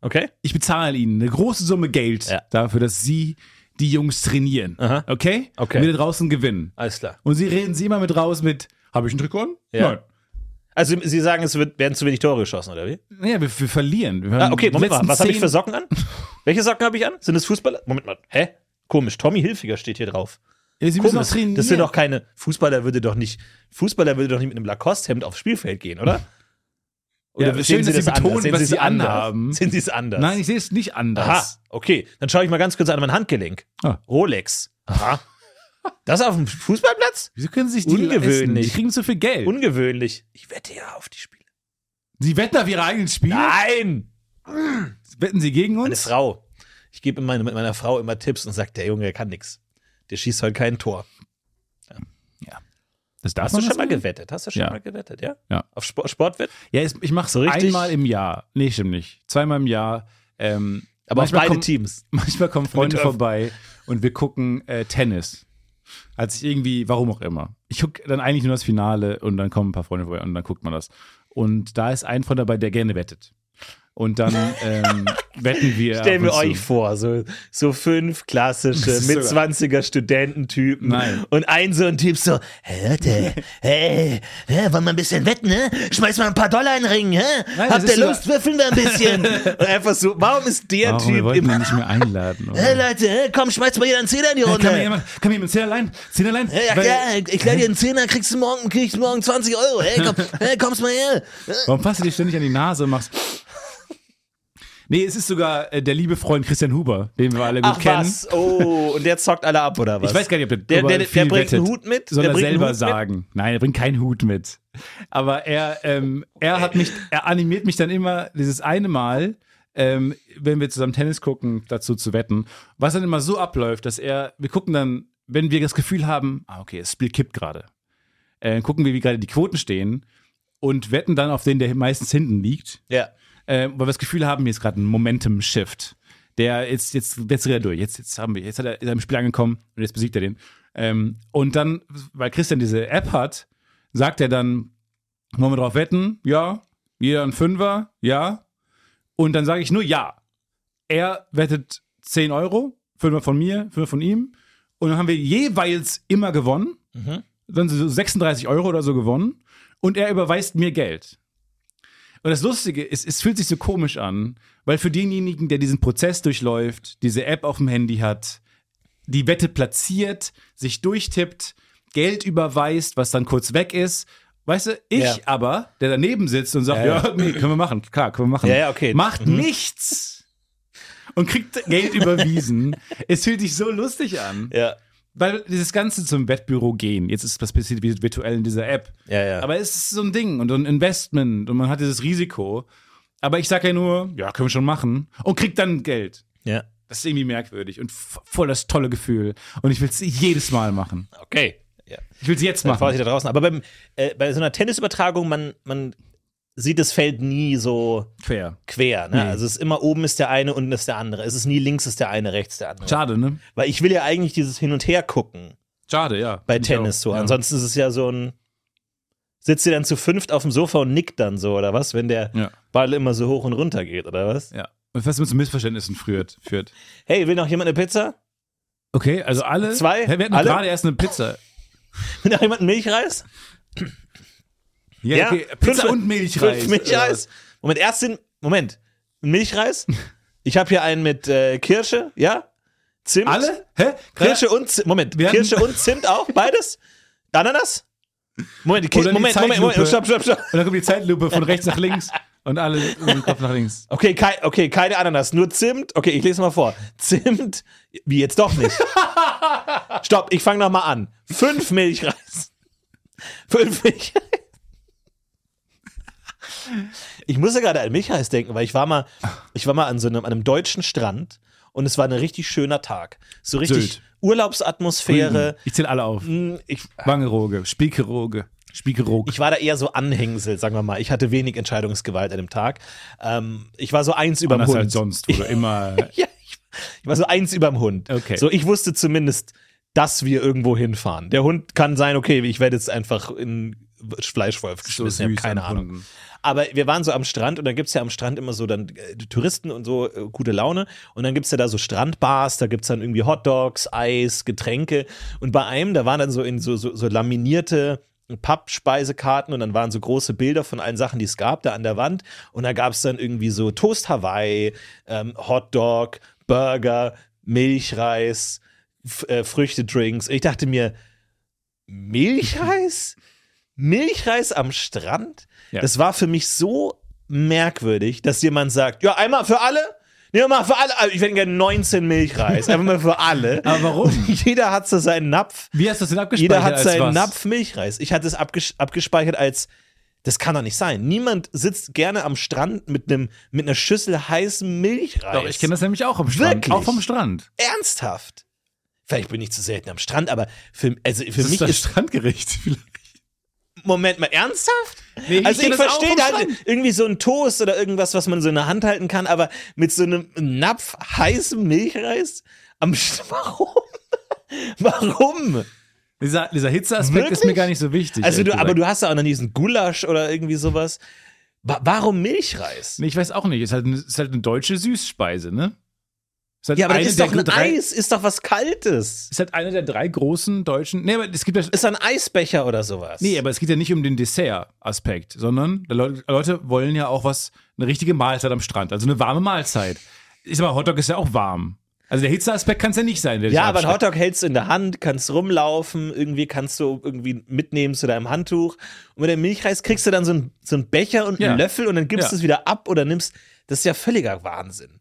Speaker 1: Okay?
Speaker 2: ich bezahle ihnen eine große Summe Geld
Speaker 1: Ja.
Speaker 2: dafür, dass sie die Jungs trainieren.
Speaker 1: Aha.
Speaker 2: Okay?
Speaker 1: Okay.
Speaker 2: Und wir da draußen gewinnen.
Speaker 1: Alles klar.
Speaker 2: Und sie reden sie immer mit raus mit, habe ich einen Trikot? an?"
Speaker 1: Ja.
Speaker 2: Nein.
Speaker 1: Also, Sie sagen, es wird, werden zu wenig Tore geschossen, oder wie?
Speaker 2: Naja, wir, wir verlieren. Wir
Speaker 1: Ah,
Speaker 2: haben
Speaker 1: okay,
Speaker 2: Ähm, die
Speaker 1: Moment mal.
Speaker 2: letzten
Speaker 1: Was habe ich für
Speaker 2: zehn-
Speaker 1: Socken an? Welche Socken habe ich an? Sind es Fußballer? Moment mal. Hä? Komisch. Tommy Hilfiger steht hier drauf.
Speaker 2: Ja, sie müssen auch
Speaker 1: Komisch.
Speaker 2: trainieren.
Speaker 1: Das sind doch keine Fußballer würde doch nicht Fußballer würde doch nicht mit einem Lacoste Hemd aufs Spielfeld gehen, oder?
Speaker 2: Ja, schön, dass Sie betonen, was Sie
Speaker 1: anders? (laughs)
Speaker 2: anhaben.
Speaker 1: Sehen Sie es anders?
Speaker 2: Nein, ich sehe es nicht
Speaker 1: Aha,
Speaker 2: anders.
Speaker 1: okay. Dann schaue ich mal ganz kurz an mein Handgelenk.
Speaker 2: Ah.
Speaker 1: Rolex. Aha. Das auf dem Fußballplatz?
Speaker 2: Wieso können sie sich die
Speaker 1: Ungewöhnlich.
Speaker 2: leisten? Die kriegen so viel Geld.
Speaker 1: Ungewöhnlich. Ich wette ja auf die Spiele.
Speaker 2: sie wetten auf ihre eigenen Spiele?
Speaker 1: Nein!
Speaker 2: Wetten sie gegen
Speaker 1: Meine
Speaker 2: uns?
Speaker 1: Frau. Ich gebe immer mit meiner Frau immer Tipps und sage, der Junge, der kann nix. Der schießt heute kein Tor.
Speaker 2: Das darf
Speaker 1: Hast du
Speaker 2: man
Speaker 1: schon mal
Speaker 2: das
Speaker 1: gewettet? Hast du schon
Speaker 2: Ja.
Speaker 1: mal gewettet, ja?
Speaker 2: Ja.
Speaker 1: Auf Sport, Sportwett?
Speaker 2: Ja, es- ich mache
Speaker 1: So
Speaker 2: es
Speaker 1: richtig-
Speaker 2: einmal im Jahr. Nee, stimmt nicht. Zweimal im Jahr. Ähm,
Speaker 1: Aber auf
Speaker 2: manchmal
Speaker 1: beide
Speaker 2: kommen-
Speaker 1: Teams.
Speaker 2: Manchmal kommen Freunde
Speaker 1: Mit Öff.
Speaker 2: vorbei und wir gucken äh, Tennis. Als ich irgendwie, warum auch immer. Ich gucke dann eigentlich nur das Finale und dann kommen ein paar Freunde vorbei und dann guckt man das. Und da ist ein Freund dabei, der gerne wettet. Und dann
Speaker 1: (laughs)
Speaker 2: ähm, wetten wir.
Speaker 1: Stellen wir
Speaker 2: ab und zu.
Speaker 1: euch vor, so, so fünf klassische
Speaker 2: (laughs) Das ist sogar-
Speaker 1: Mitzwanziger-Studententypen.
Speaker 2: Nein.
Speaker 1: Und ein so ein Typ so, hey Leute, hey, hä, wollen wir ein bisschen wetten, ne? Schmeiß mal ein paar Dollar in den Ring, hä?
Speaker 2: Nein, das
Speaker 1: Habt ihr
Speaker 2: ist
Speaker 1: Lust? Würfeln wir ein bisschen. (laughs) Und
Speaker 2: (laughs)
Speaker 1: einfach so, warum ist der
Speaker 2: Warum, wir
Speaker 1: Typ
Speaker 2: wollten
Speaker 1: im...
Speaker 2: ihn nicht mehr einladen.
Speaker 1: (laughs)
Speaker 2: oder?
Speaker 1: Hey Leute, hä, komm, schmeiß mal jeder einen Zehner in die
Speaker 2: Kann (laughs) mir
Speaker 1: Runde.
Speaker 2: jemand, kann mir jemand zehn allein? Zehn allein?
Speaker 1: Hey, ja,
Speaker 2: Weil-
Speaker 1: klar, ich leih dir einen Zehner, kriegst du morgen, kriegst du morgen 20 Euro. Hey,
Speaker 2: (laughs)
Speaker 1: komm, hey, kommst mal her.
Speaker 2: Warum fasst du dich ständig an die Nase
Speaker 1: (laughs)
Speaker 2: und machst. Nee, es ist sogar äh, der liebe Freund Christian Huber, den wir alle gut
Speaker 1: Ach
Speaker 2: kennen.
Speaker 1: was, oh, und der zockt alle ab, oder was?
Speaker 2: Ich weiß gar nicht, ob der
Speaker 1: Der, der,
Speaker 2: überall
Speaker 1: der,
Speaker 2: viel
Speaker 1: bringt
Speaker 2: wettet.
Speaker 1: einen Hut mit.
Speaker 2: Soll
Speaker 1: der
Speaker 2: er
Speaker 1: bringt einen
Speaker 2: selber
Speaker 1: Hut mit.
Speaker 2: sagen. Nein, er bringt keinen Hut mit. Aber er, ähm, er hat mich, er animiert mich dann immer dieses eine Mal, ähm, wenn wir zusammen Tennis gucken, dazu zu wetten, was dann immer so abläuft, dass er, wir gucken dann, wenn wir das Gefühl haben, ah, okay, das Spiel kippt gerade, äh, gucken wir, wie gerade die Quoten stehen und wetten dann auf den, der meistens hinten liegt
Speaker 1: Ja.
Speaker 2: äh, weil wir das Gefühl haben, hier ist gerade ein Momentum-Shift. Der jetzt, jetzt, jetzt dreht er durch. Jetzt, jetzt haben wir, jetzt hat er in seinem Spiel angekommen und jetzt besiegt er den. Ähm, und dann, weil Christian diese App hat, sagt er dann, wollen wir drauf wetten? Ja. Jeder ein Fünfer? Ja. Und dann sage ich nur ja. Er wettet 10 Euro, Fünfer von mir, Fünfer von ihm. Und dann haben wir jeweils immer gewonnen.
Speaker 1: Mhm.
Speaker 2: Dann so 36 Euro oder so gewonnen. Und er überweist mir Geld. Und das Lustige ist, es fühlt sich so komisch an, weil für denjenigen, der diesen Prozess durchläuft, diese App auf dem Handy hat, die Wette platziert, sich durchtippt, Geld überweist, was dann kurz weg ist. Weißt du, ich
Speaker 1: Ja.
Speaker 2: aber, der daneben sitzt und sagt,
Speaker 1: Ja, ja.
Speaker 2: ja, nee, können wir machen, klar, können wir machen.
Speaker 1: Ja, ja, okay. Mhm.
Speaker 2: Macht nichts und kriegt
Speaker 1: (laughs)
Speaker 2: Geld überwiesen. es fühlt sich so lustig an.
Speaker 1: Ja,
Speaker 2: Weil dieses Ganze zum Wettbüro gehen, jetzt ist das passiert wie virtuell in dieser App.
Speaker 1: ja, ja.
Speaker 2: Aber es ist so ein Ding und ein Investment und man hat dieses Risiko. Aber ich sage ja nur, ja, können wir schon machen und kriegt dann Geld.
Speaker 1: ja.
Speaker 2: Das ist irgendwie merkwürdig und f- voll das tolle Gefühl. Und ich will es jedes Mal machen.
Speaker 1: Okay. Ja.
Speaker 2: Ich will es jetzt
Speaker 1: Dann fahre ich
Speaker 2: machen.
Speaker 1: da draußen. Aber beim, äh, bei so einer Tennisübertragung, man, man sieht das Feld nie so
Speaker 2: Quer.
Speaker 1: quer.
Speaker 2: Hm.
Speaker 1: Ne? Also es ist immer oben ist der eine, unten ist der andere. Es ist nie links ist der eine, rechts der andere.
Speaker 2: Schade, ne?
Speaker 1: Weil ich will ja eigentlich dieses Hin und Her gucken
Speaker 2: Schade, ja.
Speaker 1: bei
Speaker 2: Find ich
Speaker 1: Tennis
Speaker 2: auch.
Speaker 1: so.
Speaker 2: Ja.
Speaker 1: Ansonsten ist es ja so ein Sitzt ihr dann zu fünft auf dem Sofa und nickt dann so, oder was? Wenn der
Speaker 2: Ja.
Speaker 1: Ball immer so hoch und runter geht, oder was?
Speaker 2: Ja. Und was immer zu Missverständnissen führt. führt.
Speaker 1: Hey, will noch jemand eine Pizza? (laughs)
Speaker 2: Okay, also alle.
Speaker 1: Zwei?
Speaker 2: Hä, wir hatten
Speaker 1: Alle?
Speaker 2: gerade erst eine Pizza.
Speaker 1: Will noch jemand einen Milchreis? Ja,
Speaker 2: okay. Pizza
Speaker 1: fünf-
Speaker 2: und (laughs) Milchreis.
Speaker 1: Fünf Milchreis. Moment, erst den. Moment. Ein
Speaker 2: (laughs)
Speaker 1: Milchreis? Ich habe hier einen mit äh, Kirsche, ja? Zimt.
Speaker 2: Äh, Alle? Hä?
Speaker 1: Kirsche und Zimt. Moment,
Speaker 2: Wir hatten-
Speaker 1: Kirsche und Zimt auch, beides? Ananas? Moment, die Kir
Speaker 2: Oder die
Speaker 1: Moment, Moment, Moment,
Speaker 2: Zeitlupe.
Speaker 1: stopp, stopp, stopp.
Speaker 2: Und dann kommt die Zeitlupe von rechts
Speaker 1: (laughs)
Speaker 2: nach links und alle mit dem Kopf nach links.
Speaker 1: Okay, kei okay, keine Ananas, nur Zimt. Okay, ich lese mal vor. Zimt, wie jetzt doch
Speaker 2: (laughs)
Speaker 1: nicht. Stopp, ich fange nochmal an. Fünf Milchreis. (laughs) Fünf Milchreis. Ich musste gerade an Milchreis denken, weil ich war mal, ich war mal an so einem, an einem deutschen Strand und es war ein richtig schöner Tag. So richtig
Speaker 2: Sylt.
Speaker 1: Urlaubsatmosphäre.
Speaker 2: Ich zähle alle auf.
Speaker 1: Hm, Ich,
Speaker 2: Wangeroge, Spiekeroge, Spiekeroge.
Speaker 1: ich war da eher so Anhängsel, sagen wir mal. Ich hatte wenig Entscheidungsgewalt an dem Tag. Ähm, ich war so eins überm
Speaker 2: Anders
Speaker 1: Hund.
Speaker 2: als sonst, wo du immer.
Speaker 1: (laughs) Ja, ich, ich war so eins überm Hund.
Speaker 2: Okay.
Speaker 1: So, ich wusste zumindest, dass wir irgendwo hinfahren. Der Hund kann sein, okay, ich werde jetzt einfach in Fleischwolf
Speaker 2: So
Speaker 1: geschmissen, ich
Speaker 2: süß
Speaker 1: hab keine
Speaker 2: an
Speaker 1: Ahnung.
Speaker 2: Hunden.
Speaker 1: Aber wir waren so am Strand und dann gibt's ja am Strand immer so dann äh, Touristen und so äh, gute Laune. Und dann gibt's ja da so Strandbars, da gibt's dann irgendwie Hotdogs, Eis, Getränke. Und bei einem, da waren dann so in so, so, so laminierte Pappspeisekarten und dann waren so große Bilder von allen Sachen, die es gab, da an der Wand. Und da gab's dann irgendwie so Toast Hawaii, ähm, Hotdog, Burger, Milchreis. F äh, Früchtedrinks. Ich dachte mir, Milchreis? Milchreis am Strand?
Speaker 2: Ja.
Speaker 1: Das war für mich so merkwürdig, dass jemand sagt, ja, einmal für alle, ja, mal für alle, Also, ich hätte gerne 19 Milchreis, einfach mal für alle.
Speaker 2: (laughs) Aber warum?
Speaker 1: (laughs) Jeder hat so seinen Napf.
Speaker 2: Wie hast du das denn abgespeichert?
Speaker 1: Jeder hat
Speaker 2: als
Speaker 1: seinen
Speaker 2: was?
Speaker 1: Napf Milchreis. Ich hatte es abges abgespeichert als, das kann doch nicht sein. Niemand sitzt gerne am Strand mit einem mit einer Schüssel heißem Milchreis.
Speaker 2: Doch, ich kenne das nämlich auch am Strand.
Speaker 1: Wirklich?
Speaker 2: Auch vom Strand.
Speaker 1: Ernsthaft. Vielleicht bin ich zu selten am Strand, aber für, also für
Speaker 2: das
Speaker 1: mich
Speaker 2: ist das
Speaker 1: ist,
Speaker 2: Strandgericht. (laughs) vielleicht.
Speaker 1: Moment mal, ernsthaft?
Speaker 2: Nee, ich
Speaker 1: also
Speaker 2: kenn
Speaker 1: ich
Speaker 2: das auch
Speaker 1: verstehe
Speaker 2: vom
Speaker 1: da halt
Speaker 2: Strand.
Speaker 1: irgendwie so ein Toast oder irgendwas, was man so in der Hand halten kann, aber mit so einem Napf heißem Milchreis am Sch- (laughs) Warum? Warum?
Speaker 2: Dieser, dieser Hitzeaspekt ist
Speaker 1: Wirklich?
Speaker 2: mir gar nicht so wichtig.
Speaker 1: Also
Speaker 2: ehrlich
Speaker 1: du, aber
Speaker 2: gesagt.
Speaker 1: du hast ja auch noch diesen Gulasch oder irgendwie sowas. Wa warum Milchreis?
Speaker 2: Nee, ich weiß auch nicht. Ist halt, eine- ist halt eine deutsche Süßspeise, ne? Ist halt
Speaker 1: Ja, aber
Speaker 2: eine
Speaker 1: das ist
Speaker 2: der
Speaker 1: doch ein
Speaker 2: drei,
Speaker 1: Eis, ist doch was Kaltes.
Speaker 2: Ist halt einer der drei großen deutschen. Nee, aber es gibt ja.
Speaker 1: Ist doch ein Eisbecher oder sowas.
Speaker 2: Nee, aber es geht ja nicht um den Dessert-Aspekt, sondern die Leu- Leute wollen ja auch was, eine richtige Mahlzeit am Strand, also eine warme Mahlzeit. Ich sag mal, Hotdog ist ja auch warm. Also der Hitzeaspekt kann es ja nicht sein. der dich
Speaker 1: Ja, aber einen
Speaker 2: abschreckt.
Speaker 1: Hotdog hältst du in der Hand, kannst rumlaufen, irgendwie kannst du irgendwie mitnehmen zu deinem Handtuch. Und mit dem Milchreis kriegst du dann so einen, so einen Becher und einen
Speaker 2: Ja.
Speaker 1: Löffel und dann gibst
Speaker 2: Ja.
Speaker 1: du es wieder ab oder nimmst. Das ist ja völliger Wahnsinn.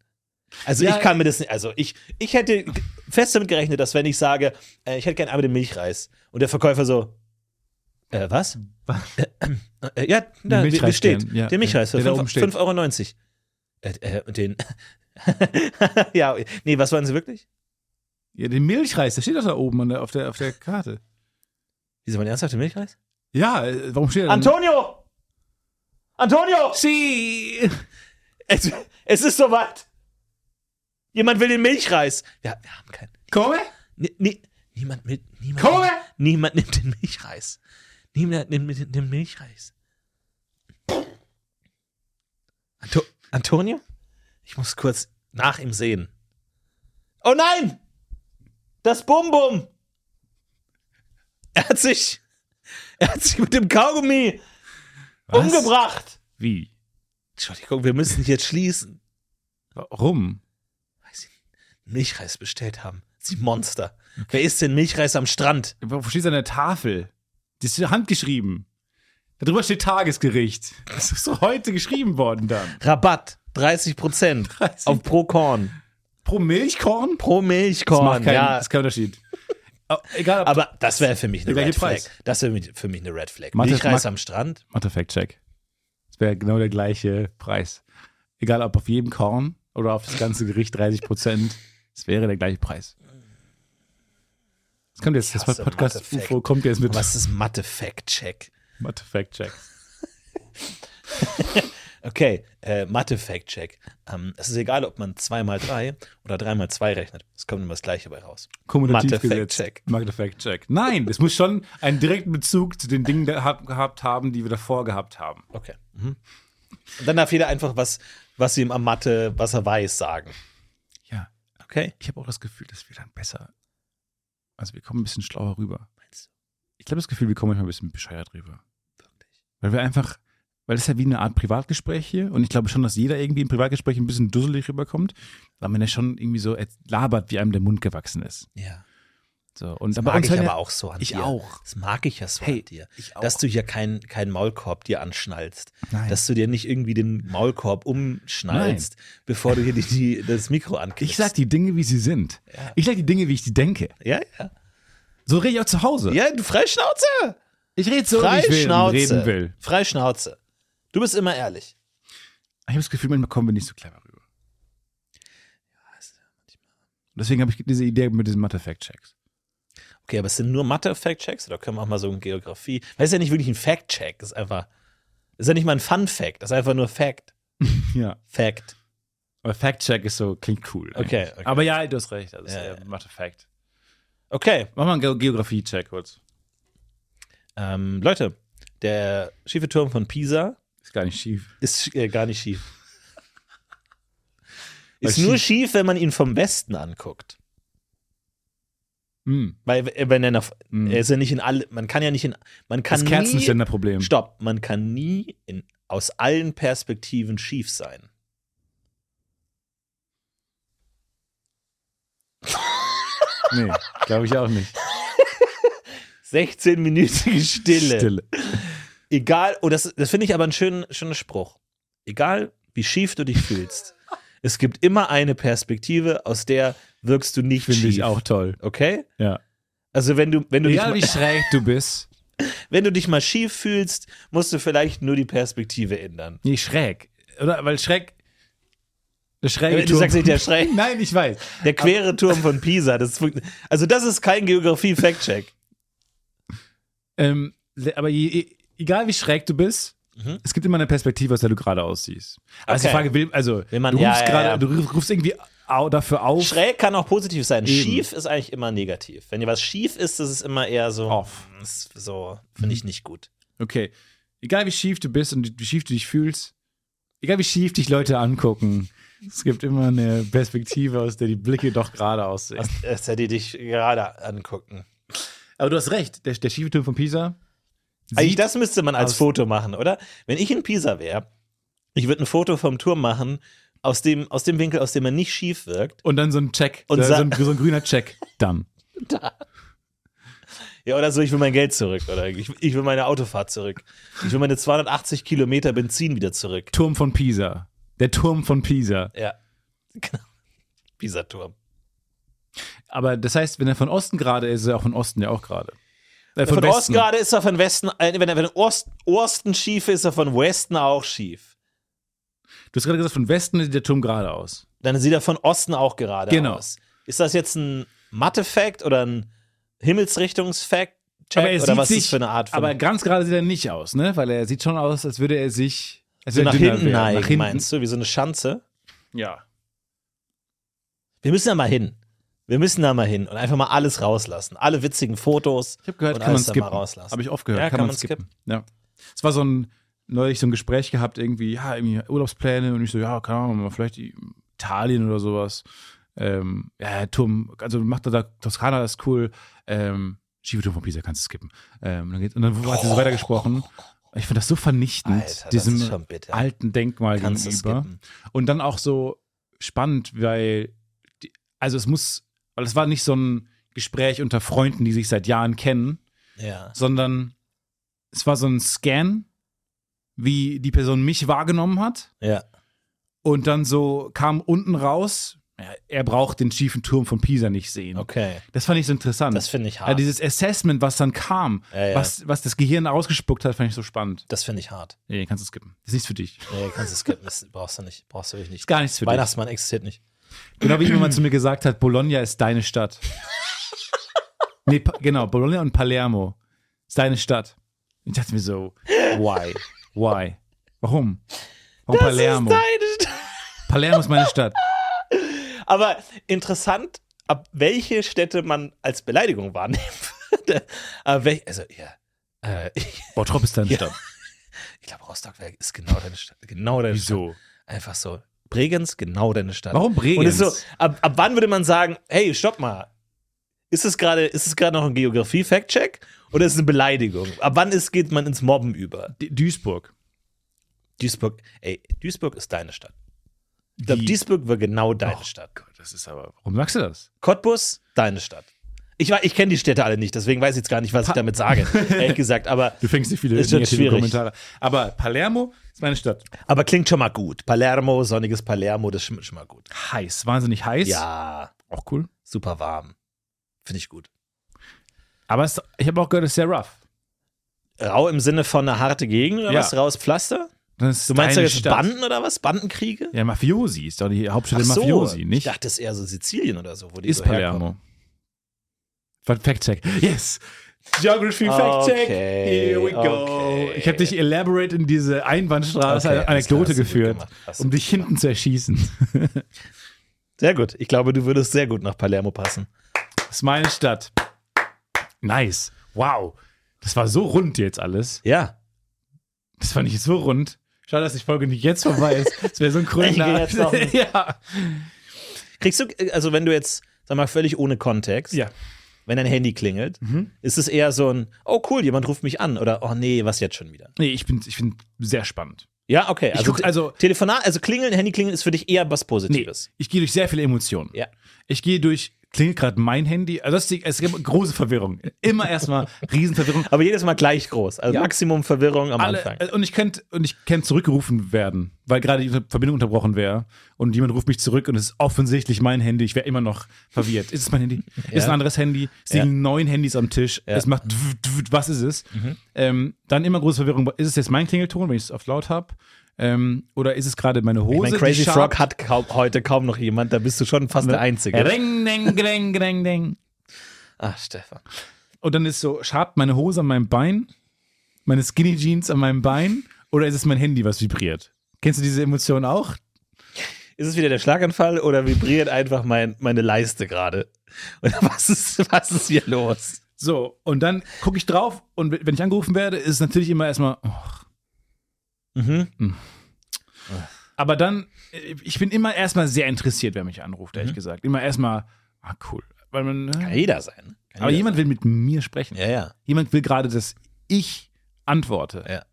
Speaker 1: Also
Speaker 2: Ja.
Speaker 1: ich kann mir das nicht, also ich, ich hätte fest damit gerechnet, dass wenn ich sage, äh, ich hätte gerne einmal den Milchreis und der Verkäufer so, äh, was? Äh, ja, da
Speaker 2: Den Milchreis
Speaker 1: Milchreis steht.
Speaker 2: gern, ja.
Speaker 1: den Milchreis für
Speaker 2: Der da oben
Speaker 1: 5,90
Speaker 2: steht.
Speaker 1: Euro. Äh, äh, und den, (laughs) ja, nee, was wollen Sie wirklich?
Speaker 2: Ja, den Milchreis, der steht doch da oben an der, auf, der, auf der Karte.
Speaker 1: Wieso man ernsthaft den Milchreis?
Speaker 2: Ja, äh, warum steht er da?
Speaker 1: Ähm, Antonio! Antonio!
Speaker 2: Sie!
Speaker 1: Es, es ist soweit! Jemand will den Milchreis! Ja, wir haben keinen.
Speaker 2: Komme?
Speaker 1: Ni- ni- niemand will. Niemand,
Speaker 2: Komme!
Speaker 1: niemand nimmt den Milchreis. Niemand nimmt den, den Milchreis. Anto Antonio? Ich muss kurz nach ihm sehen. Oh nein! Das Bum-Bum! Er hat sich. Er hat sich mit dem Kaugummi
Speaker 2: Was?
Speaker 1: umgebracht!
Speaker 2: Wie?
Speaker 1: Entschuldigung, wir müssen jetzt schließen.
Speaker 2: Warum?
Speaker 1: Weil sie Milchreis bestellt haben. Sie Monster. Wer isst denn Milchreis am Strand?
Speaker 2: Warum steht es an der Tafel? Die ist handgeschrieben. Darüber steht Tagesgericht. Das ist doch heute geschrieben worden dann.
Speaker 1: Rabatt 30 Prozent
Speaker 2: 30.
Speaker 1: auf pro Korn.
Speaker 2: Pro Milchkorn?
Speaker 1: Pro
Speaker 2: Das
Speaker 1: Milchkorn.
Speaker 2: macht keinen,
Speaker 1: ja.
Speaker 2: ist kein Unterschied. Oh, egal, ob
Speaker 1: Aber das wäre für mich eine
Speaker 2: Der gleiche
Speaker 1: Red Flag.
Speaker 2: Preis.
Speaker 1: Das wäre für mich eine Red Flag.
Speaker 2: Matthias,
Speaker 1: Milchreis
Speaker 2: mag-
Speaker 1: am Strand?
Speaker 2: Mathe Fact Check. Das wäre genau der gleiche Preis. Egal ob auf jedem Korn oder auf das ganze Gericht 30 Prozent, es wäre der gleiche Preis. Das kommt jetzt, das
Speaker 1: hasse
Speaker 2: Podcast
Speaker 1: Mathe Fact.
Speaker 2: UFO kommt jetzt mit
Speaker 1: Was ist Mathe-Fact-Check?
Speaker 2: Mathe Fact Check.
Speaker 1: Okay, äh, Mathe-Fact-Check. Ähm, es ist egal, ob man 2 mal 3 oder 3 mal 2 rechnet. Es kommt immer das Gleiche bei raus.
Speaker 2: Kumulativgesetz.
Speaker 1: Mathe-Fact-Check.
Speaker 2: Mathe Fact Check. Nein, es muss schon einen direkten Bezug zu den Dingen da- hab- gehabt haben, die wir davor gehabt haben.
Speaker 1: Okay. Mhm. Und dann darf jeder einfach was, was ihm am Mathe, was er weiß, sagen.
Speaker 2: Ja,
Speaker 1: Okay?
Speaker 2: ich habe auch das Gefühl, dass wir dann besser. Also wir kommen ein bisschen schlauer rüber.
Speaker 1: Meinst
Speaker 2: Ich glaube, das Gefühl, wir kommen manchmal ein bisschen bescheuert rüber. Weil wir einfach, weil es ja wie eine Art Privatgespräch hier und ich glaube schon, dass jeder irgendwie im Privatgespräch ein bisschen dusselig rüberkommt, weil man ja schon irgendwie so et- labert, wie einem der Mund gewachsen ist.
Speaker 1: Ja.
Speaker 2: So, und
Speaker 1: Das
Speaker 2: bei
Speaker 1: mag
Speaker 2: uns
Speaker 1: ich
Speaker 2: hören
Speaker 1: aber
Speaker 2: ja-
Speaker 1: auch so an
Speaker 2: Ich
Speaker 1: dir.
Speaker 2: auch.
Speaker 1: Das mag ich ja so
Speaker 2: Hey,
Speaker 1: an dir.
Speaker 2: ich auch.
Speaker 1: Dass du hier keinen kein Maulkorb dir anschnallst.
Speaker 2: Nein.
Speaker 1: Dass du dir nicht irgendwie den Maulkorb umschnallst, bevor du hier die, die, das Mikro anklickst.
Speaker 2: Ich sag die Dinge, wie sie sind. Ich sag die Dinge, wie ich die denke.
Speaker 1: Ja, ja.
Speaker 2: So rede ich auch zu Hause.
Speaker 1: Ja, du Freischnauze!
Speaker 2: Ich rede so, wie ich will, und
Speaker 1: Freischnauze!
Speaker 2: reden will.
Speaker 1: Freischnauze. Du bist immer ehrlich.
Speaker 2: Ich habe das Gefühl, manchmal kommen wir nicht so clever rüber. Deswegen habe ich diese Idee mit diesen Mathe-Fact-Checks.
Speaker 1: Okay, aber es sind nur Mathe-Fact-Checks oder können wir auch mal so in Geografie? Weil es ist ja nicht wirklich ein Fact-Check, ist einfach. Ist ja nicht mal ein Fun-Fact, das ist einfach nur Fact.
Speaker 2: Ja.
Speaker 1: Fact.
Speaker 2: Aber Fact-Check ist so, klingt cool.
Speaker 1: Okay,
Speaker 2: eigentlich.
Speaker 1: okay.
Speaker 2: Aber ja, du hast recht. Das ist
Speaker 1: Ja,
Speaker 2: ja, Mathe-Fact.
Speaker 1: Okay,
Speaker 2: Mach mal einen Ge Geografie-Check kurz.
Speaker 1: ähm, Leute, der schiefe Turm von Pisa
Speaker 2: Ist gar nicht schief.
Speaker 1: ist äh, gar nicht schief. Ist
Speaker 2: Weil
Speaker 1: nur
Speaker 2: schief-
Speaker 1: schief, wenn man ihn vom Westen anguckt.
Speaker 2: Hm.
Speaker 1: Weil äh, wenn er nach,
Speaker 2: Mhm.
Speaker 1: er ist ja nicht in alle, man kann ja nicht in, man kann
Speaker 2: Das
Speaker 1: nie,
Speaker 2: Kerzenständerproblem.
Speaker 1: stopp, man kann nie in, aus allen Perspektiven schief sein.
Speaker 2: Nee, glaube ich auch nicht.
Speaker 1: 16-minütige (laughs) Stille.
Speaker 2: Stille.
Speaker 1: Egal, oh, das, das finde ich aber einen schönen, schönen Spruch. Egal, wie schief du dich
Speaker 2: (laughs)
Speaker 1: fühlst, es gibt immer eine Perspektive, aus der wirkst du nicht
Speaker 2: Finde
Speaker 1: schief.
Speaker 2: ich auch toll.
Speaker 1: Okay?
Speaker 2: Ja.
Speaker 1: Also wenn du, wenn du
Speaker 2: Egal
Speaker 1: dich
Speaker 2: wie schräg du bist.
Speaker 1: Wenn du dich mal schief fühlst, musst du vielleicht nur die Perspektive ändern.
Speaker 2: Nee, schräg. Oder? Weil schräg. Der schräge
Speaker 1: Du sagst nicht der Schräg.
Speaker 2: (laughs) Nein, ich weiß.
Speaker 1: Der quere Turm von Pisa, das funkt- also das ist kein Geografie-Fact-Check.
Speaker 2: (laughs) Ähm, le- aber je, e- egal wie schräg du bist,
Speaker 1: Mhm.
Speaker 2: es gibt immer eine Perspektive, aus der du gerade aussiehst. Also
Speaker 1: Okay.
Speaker 2: die Frage will, also
Speaker 1: Will man-
Speaker 2: du
Speaker 1: ja,
Speaker 2: rufst
Speaker 1: ja,
Speaker 2: gerade,
Speaker 1: ja.
Speaker 2: du ruf- rufst irgendwie au, dafür auf.
Speaker 1: Schräg kann auch positiv sein.
Speaker 2: Eben.
Speaker 1: Schief ist eigentlich immer negativ. Wenn dir was schief ist, das ist immer eher so,
Speaker 2: Off.
Speaker 1: "Mm, ist so finde ich nicht gut.
Speaker 2: Okay. Egal wie schief du bist und wie schief du dich fühlst, egal wie schief dich Leute angucken, es gibt immer eine Perspektive, aus der die Blicke doch gerade aussehen.
Speaker 1: Als, als hätte die dich gerade angucken.
Speaker 2: Aber du hast recht, der, der schiefe Turm von Pisa
Speaker 1: Eigentlich
Speaker 2: sieht-
Speaker 1: Also das müsste man als
Speaker 2: aus-
Speaker 1: Foto machen, oder? Wenn ich in Pisa wäre, ich würde ein Foto vom Turm machen, aus dem, aus dem Winkel, aus dem er nicht schief wirkt.
Speaker 2: und dann so ein Check,
Speaker 1: Und
Speaker 2: äh, so,
Speaker 1: sa-
Speaker 2: ein, so ein grüner Check, dann.
Speaker 1: Ja, oder so, ich will mein Geld zurück. Oder ich, ich will meine Autofahrt zurück. Ich will meine 280 Kilometer Benzin wieder zurück.
Speaker 2: Turm von Pisa. Der Turm von Pisa.
Speaker 1: Ja, (laughs) genau. Pisa-Turm.
Speaker 2: Aber das heißt, wenn er von Osten gerade ist, ist er auch von Osten ja auch gerade. Äh,
Speaker 1: Von, Ost
Speaker 2: Westen.
Speaker 1: gerade ist er von Westen, äh, wenn er wenn Ost, Osten schief ist, ist er von Westen auch schief.
Speaker 2: Du hast gerade gesagt, von Westen sieht der Turm geradeaus.
Speaker 1: Dann sieht er von Osten auch gerade
Speaker 2: Genau.
Speaker 1: aus. Ist das jetzt ein Mathe-Fact oder ein Himmelsrichtungs-Fact?
Speaker 2: Aber er
Speaker 1: Oder
Speaker 2: sieht
Speaker 1: was
Speaker 2: sich-
Speaker 1: ist für eine Art von
Speaker 2: Aber ganz gerade sieht er nicht aus, ne? Weil er sieht schon aus, als würde er sich als
Speaker 1: so
Speaker 2: würde
Speaker 1: nach
Speaker 2: er dünner
Speaker 1: hinten
Speaker 2: werden.
Speaker 1: neigen,
Speaker 2: Nach hinten.
Speaker 1: meinst du? Wie so eine Schanze?
Speaker 2: Ja.
Speaker 1: Wir müssen da mal hin. Wir müssen da mal hin und einfach mal alles rauslassen. Alle witzigen Fotos.
Speaker 2: Ich habe gehört,
Speaker 1: Und
Speaker 2: kann man
Speaker 1: alles dann mal
Speaker 2: skippen.
Speaker 1: rauslassen.
Speaker 2: Habe ich oft gehört,
Speaker 1: Ja,
Speaker 2: kann, man skippen. Ja. Es war so ein neulich so ein Gespräch gehabt irgendwie, ja, irgendwie Urlaubspläne und ich so, ja, keine Ahnung, mal vielleicht Italien oder sowas. Ähm, ja, Turm, also macht er da Toskana, das ist cool. Ähm, Schiefe Turm von Pisa kannst du skippen. Ähm, dann geht's, und dann hat sie so weitergesprochen. Ich finde das so vernichtend,
Speaker 1: Alter, das
Speaker 2: diesem
Speaker 1: ist schon bitter.
Speaker 2: alten Denkmal
Speaker 1: Kannst du
Speaker 2: gegenüber.
Speaker 1: skippen.
Speaker 2: Und dann auch so spannend, weil, die, also es muss, weil es war nicht so ein Gespräch unter Freunden, die sich seit Jahren kennen,
Speaker 1: Ja.
Speaker 2: sondern es war so ein Scan, wie die Person mich wahrgenommen hat.
Speaker 1: Ja.
Speaker 2: Und dann so kam unten raus, ja, er braucht den schiefen Turm von Pisa nicht sehen.
Speaker 1: Okay.
Speaker 2: Das fand ich so interessant.
Speaker 1: Das finde ich
Speaker 2: ja,
Speaker 1: hart.
Speaker 2: dieses Assessment, was dann kam,
Speaker 1: Ja, ja.
Speaker 2: Was, was das Gehirn ausgespuckt hat, fand ich so spannend.
Speaker 1: das finde ich hart.
Speaker 2: Nee, kannst du skippen. Das ist nichts für dich.
Speaker 1: Nee, kannst du skippen. Das brauchst du nicht. Brauchst du wirklich
Speaker 2: Ist
Speaker 1: nicht.
Speaker 2: gar nichts für dich.
Speaker 1: Weihnachtsmann existiert nicht.
Speaker 2: Genau wie jemand zu mir gesagt hat, Bologna ist deine Stadt. nee, pa genau, Bologna und Palermo ist deine Stadt. Ich dachte mir so, why? Why? Warum? Warum Palermo? Palermo ist meine Stadt.
Speaker 1: (laughs) Aber interessant, ab welche Städte man als Beleidigung wahrnehmen würde. (laughs) Aber welch, also, ja. Äh, (laughs) ich
Speaker 2: Bottrop ist deine Stadt.
Speaker 1: ich glaube, Rostock-Werk ist genau deine Stadt. Genau deine Stadt.
Speaker 2: Wieso?
Speaker 1: Einfach so. Bregenz, genau deine Stadt.
Speaker 2: Warum
Speaker 1: Und
Speaker 2: Bregenz?
Speaker 1: es ist so, ab, ab wann würde man sagen, hey, stopp mal. Ist es gerade, ist es gerade noch ein Geografie-Fact-Check oder ist es eine Beleidigung? Ab wann ist, geht man ins Mobben über?
Speaker 2: D- Duisburg.
Speaker 1: Duisburg, ey, Duisburg ist deine Stadt. Ich glaube,
Speaker 2: Die-
Speaker 1: Duisburg war genau deine
Speaker 2: Oh
Speaker 1: Stadt.
Speaker 2: Das ist aber. Warum sagst du das?
Speaker 1: Cottbus, deine Stadt. Ich, wei- ich kenne die Städte alle nicht, deswegen weiß ich jetzt gar nicht, was ich damit
Speaker 2: (laughs)
Speaker 1: sage, ehrlich gesagt. Aber,
Speaker 2: Du fängst nicht viele
Speaker 1: Ist schon
Speaker 2: negative
Speaker 1: schwierig.
Speaker 2: Kommentare. Aber Palermo ist meine Stadt.
Speaker 1: aber klingt schon mal gut. Palermo, sonniges Palermo, das schmeckt schon mal gut.
Speaker 2: Heiß, wahnsinnig heiß.
Speaker 1: Ja,
Speaker 2: Auch cool.
Speaker 1: super warm. Finde ich gut.
Speaker 2: Aber es, ich habe auch gehört, es ist sehr rough.
Speaker 1: Rau Äh, im Sinne von eine harte Gegend oder
Speaker 2: Ja.
Speaker 1: was? Raues Pflaster?
Speaker 2: Das ist
Speaker 1: Du meinst
Speaker 2: deine
Speaker 1: doch jetzt
Speaker 2: Stadt.
Speaker 1: Banden oder was? Bandenkriege?
Speaker 2: Ja, Mafiosi ist doch die Hauptstadt der
Speaker 1: Ach so,
Speaker 2: Mafiosi,
Speaker 1: Ich
Speaker 2: nicht?
Speaker 1: dachte, es ist eher so Sizilien oder so, wo die
Speaker 2: ist
Speaker 1: so herkommen.
Speaker 2: Palermo. Fun Fact Check. Yes! Geography Fact Check.
Speaker 1: Okay,
Speaker 2: Here we go.
Speaker 1: okay.
Speaker 2: Ich habe dich elaborate in diese Einbahnstraße
Speaker 1: Okay, alles klar,
Speaker 2: Anekdote
Speaker 1: hast du gut
Speaker 2: geführt,
Speaker 1: gemacht, hast du
Speaker 2: um
Speaker 1: gut
Speaker 2: dich hinten zu erschießen. (laughs)
Speaker 1: Sehr gut. Ich glaube, du würdest sehr gut nach Palermo passen.
Speaker 2: Das ist meine Stadt. Nice. Wow. Das war so rund jetzt alles.
Speaker 1: Ja.
Speaker 2: Das fand ich so rund. Schade, dass die Folge nicht jetzt vorbei ist. Das wäre
Speaker 1: (laughs)
Speaker 2: so ein
Speaker 1: Ich geh
Speaker 2: grüner.
Speaker 1: jetzt noch.
Speaker 2: (laughs) ja.
Speaker 1: Kriegst du, also wenn du jetzt, sag mal, völlig ohne Kontext,
Speaker 2: ja.
Speaker 1: wenn dein Handy klingelt,
Speaker 2: Mhm.
Speaker 1: ist es eher so ein, oh cool, jemand ruft mich an oder oh nee, was jetzt schon wieder?
Speaker 2: Nee, ich bin, ich bin sehr spannend.
Speaker 1: Ja, okay.
Speaker 2: Ich
Speaker 1: Also,
Speaker 2: guck- also-
Speaker 1: Telefonat, also klingeln, Handy klingeln ist für dich eher was
Speaker 2: Nee,
Speaker 1: Positives.
Speaker 2: ich gehe durch sehr viele Emotionen.
Speaker 1: Ja.
Speaker 2: Ich gehe durch klingelt gerade mein Handy. Also das ist die, es gibt große Verwirrung. Immer erstmal
Speaker 1: (laughs)
Speaker 2: Riesenverwirrung.
Speaker 1: Aber jedes Mal gleich groß. Also
Speaker 2: Ja.
Speaker 1: Maximum Verwirrung am
Speaker 2: Alle,
Speaker 1: Anfang.
Speaker 2: äh, und ich könnte und ich könnte zurückgerufen werden, weil gerade die Unter- Verbindung unterbrochen wäre und jemand ruft mich zurück und es ist offensichtlich mein Handy. Ich wäre immer noch verwirrt. Ist es
Speaker 1: (laughs)
Speaker 2: mein Handy? Ist ein anderes Handy? Es liegen neun Handys am Tisch. Es macht dw- dw- was ist es?
Speaker 1: Mhm.
Speaker 2: Ähm, dann immer große Verwirrung. Ist es jetzt mein Klingelton, wenn ich es auf laut habe? Ähm, oder ist es gerade meine Hose?
Speaker 1: Ich meine,
Speaker 2: die
Speaker 1: Crazy
Speaker 2: scharf-
Speaker 1: Frog hat kaum, heute kaum noch jemand, da bist du schon fast der Einzige.
Speaker 2: Ring, ding, ding, ding, ding.
Speaker 1: Ach, Stefan.
Speaker 2: Und dann ist so, schabt meine Hose an meinem Bein, meine Skinny Jeans an meinem Bein oder ist es mein Handy, was vibriert? Kennst du diese Emotion auch?
Speaker 1: Ist es wieder der Schlaganfall oder vibriert einfach mein, meine Leiste gerade? Oder (laughs) was ist, was ist hier los?
Speaker 2: So, und dann gucke ich drauf und w- wenn ich angerufen werde, ist es natürlich immer erstmal, och.
Speaker 1: Mhm.
Speaker 2: aber dann, äh, ich bin immer erstmal sehr interessiert, wer mich anruft,
Speaker 1: Mhm.
Speaker 2: ehrlich gesagt. Immer erstmal, ah cool. Weil man,
Speaker 1: Kann
Speaker 2: ne?
Speaker 1: jeder sein. Kann
Speaker 2: Aber
Speaker 1: jeder
Speaker 2: jemand will mit mir sprechen.
Speaker 1: sein. Ja, ja.
Speaker 2: Jemand will gerade, dass ich antworte.
Speaker 1: Ja.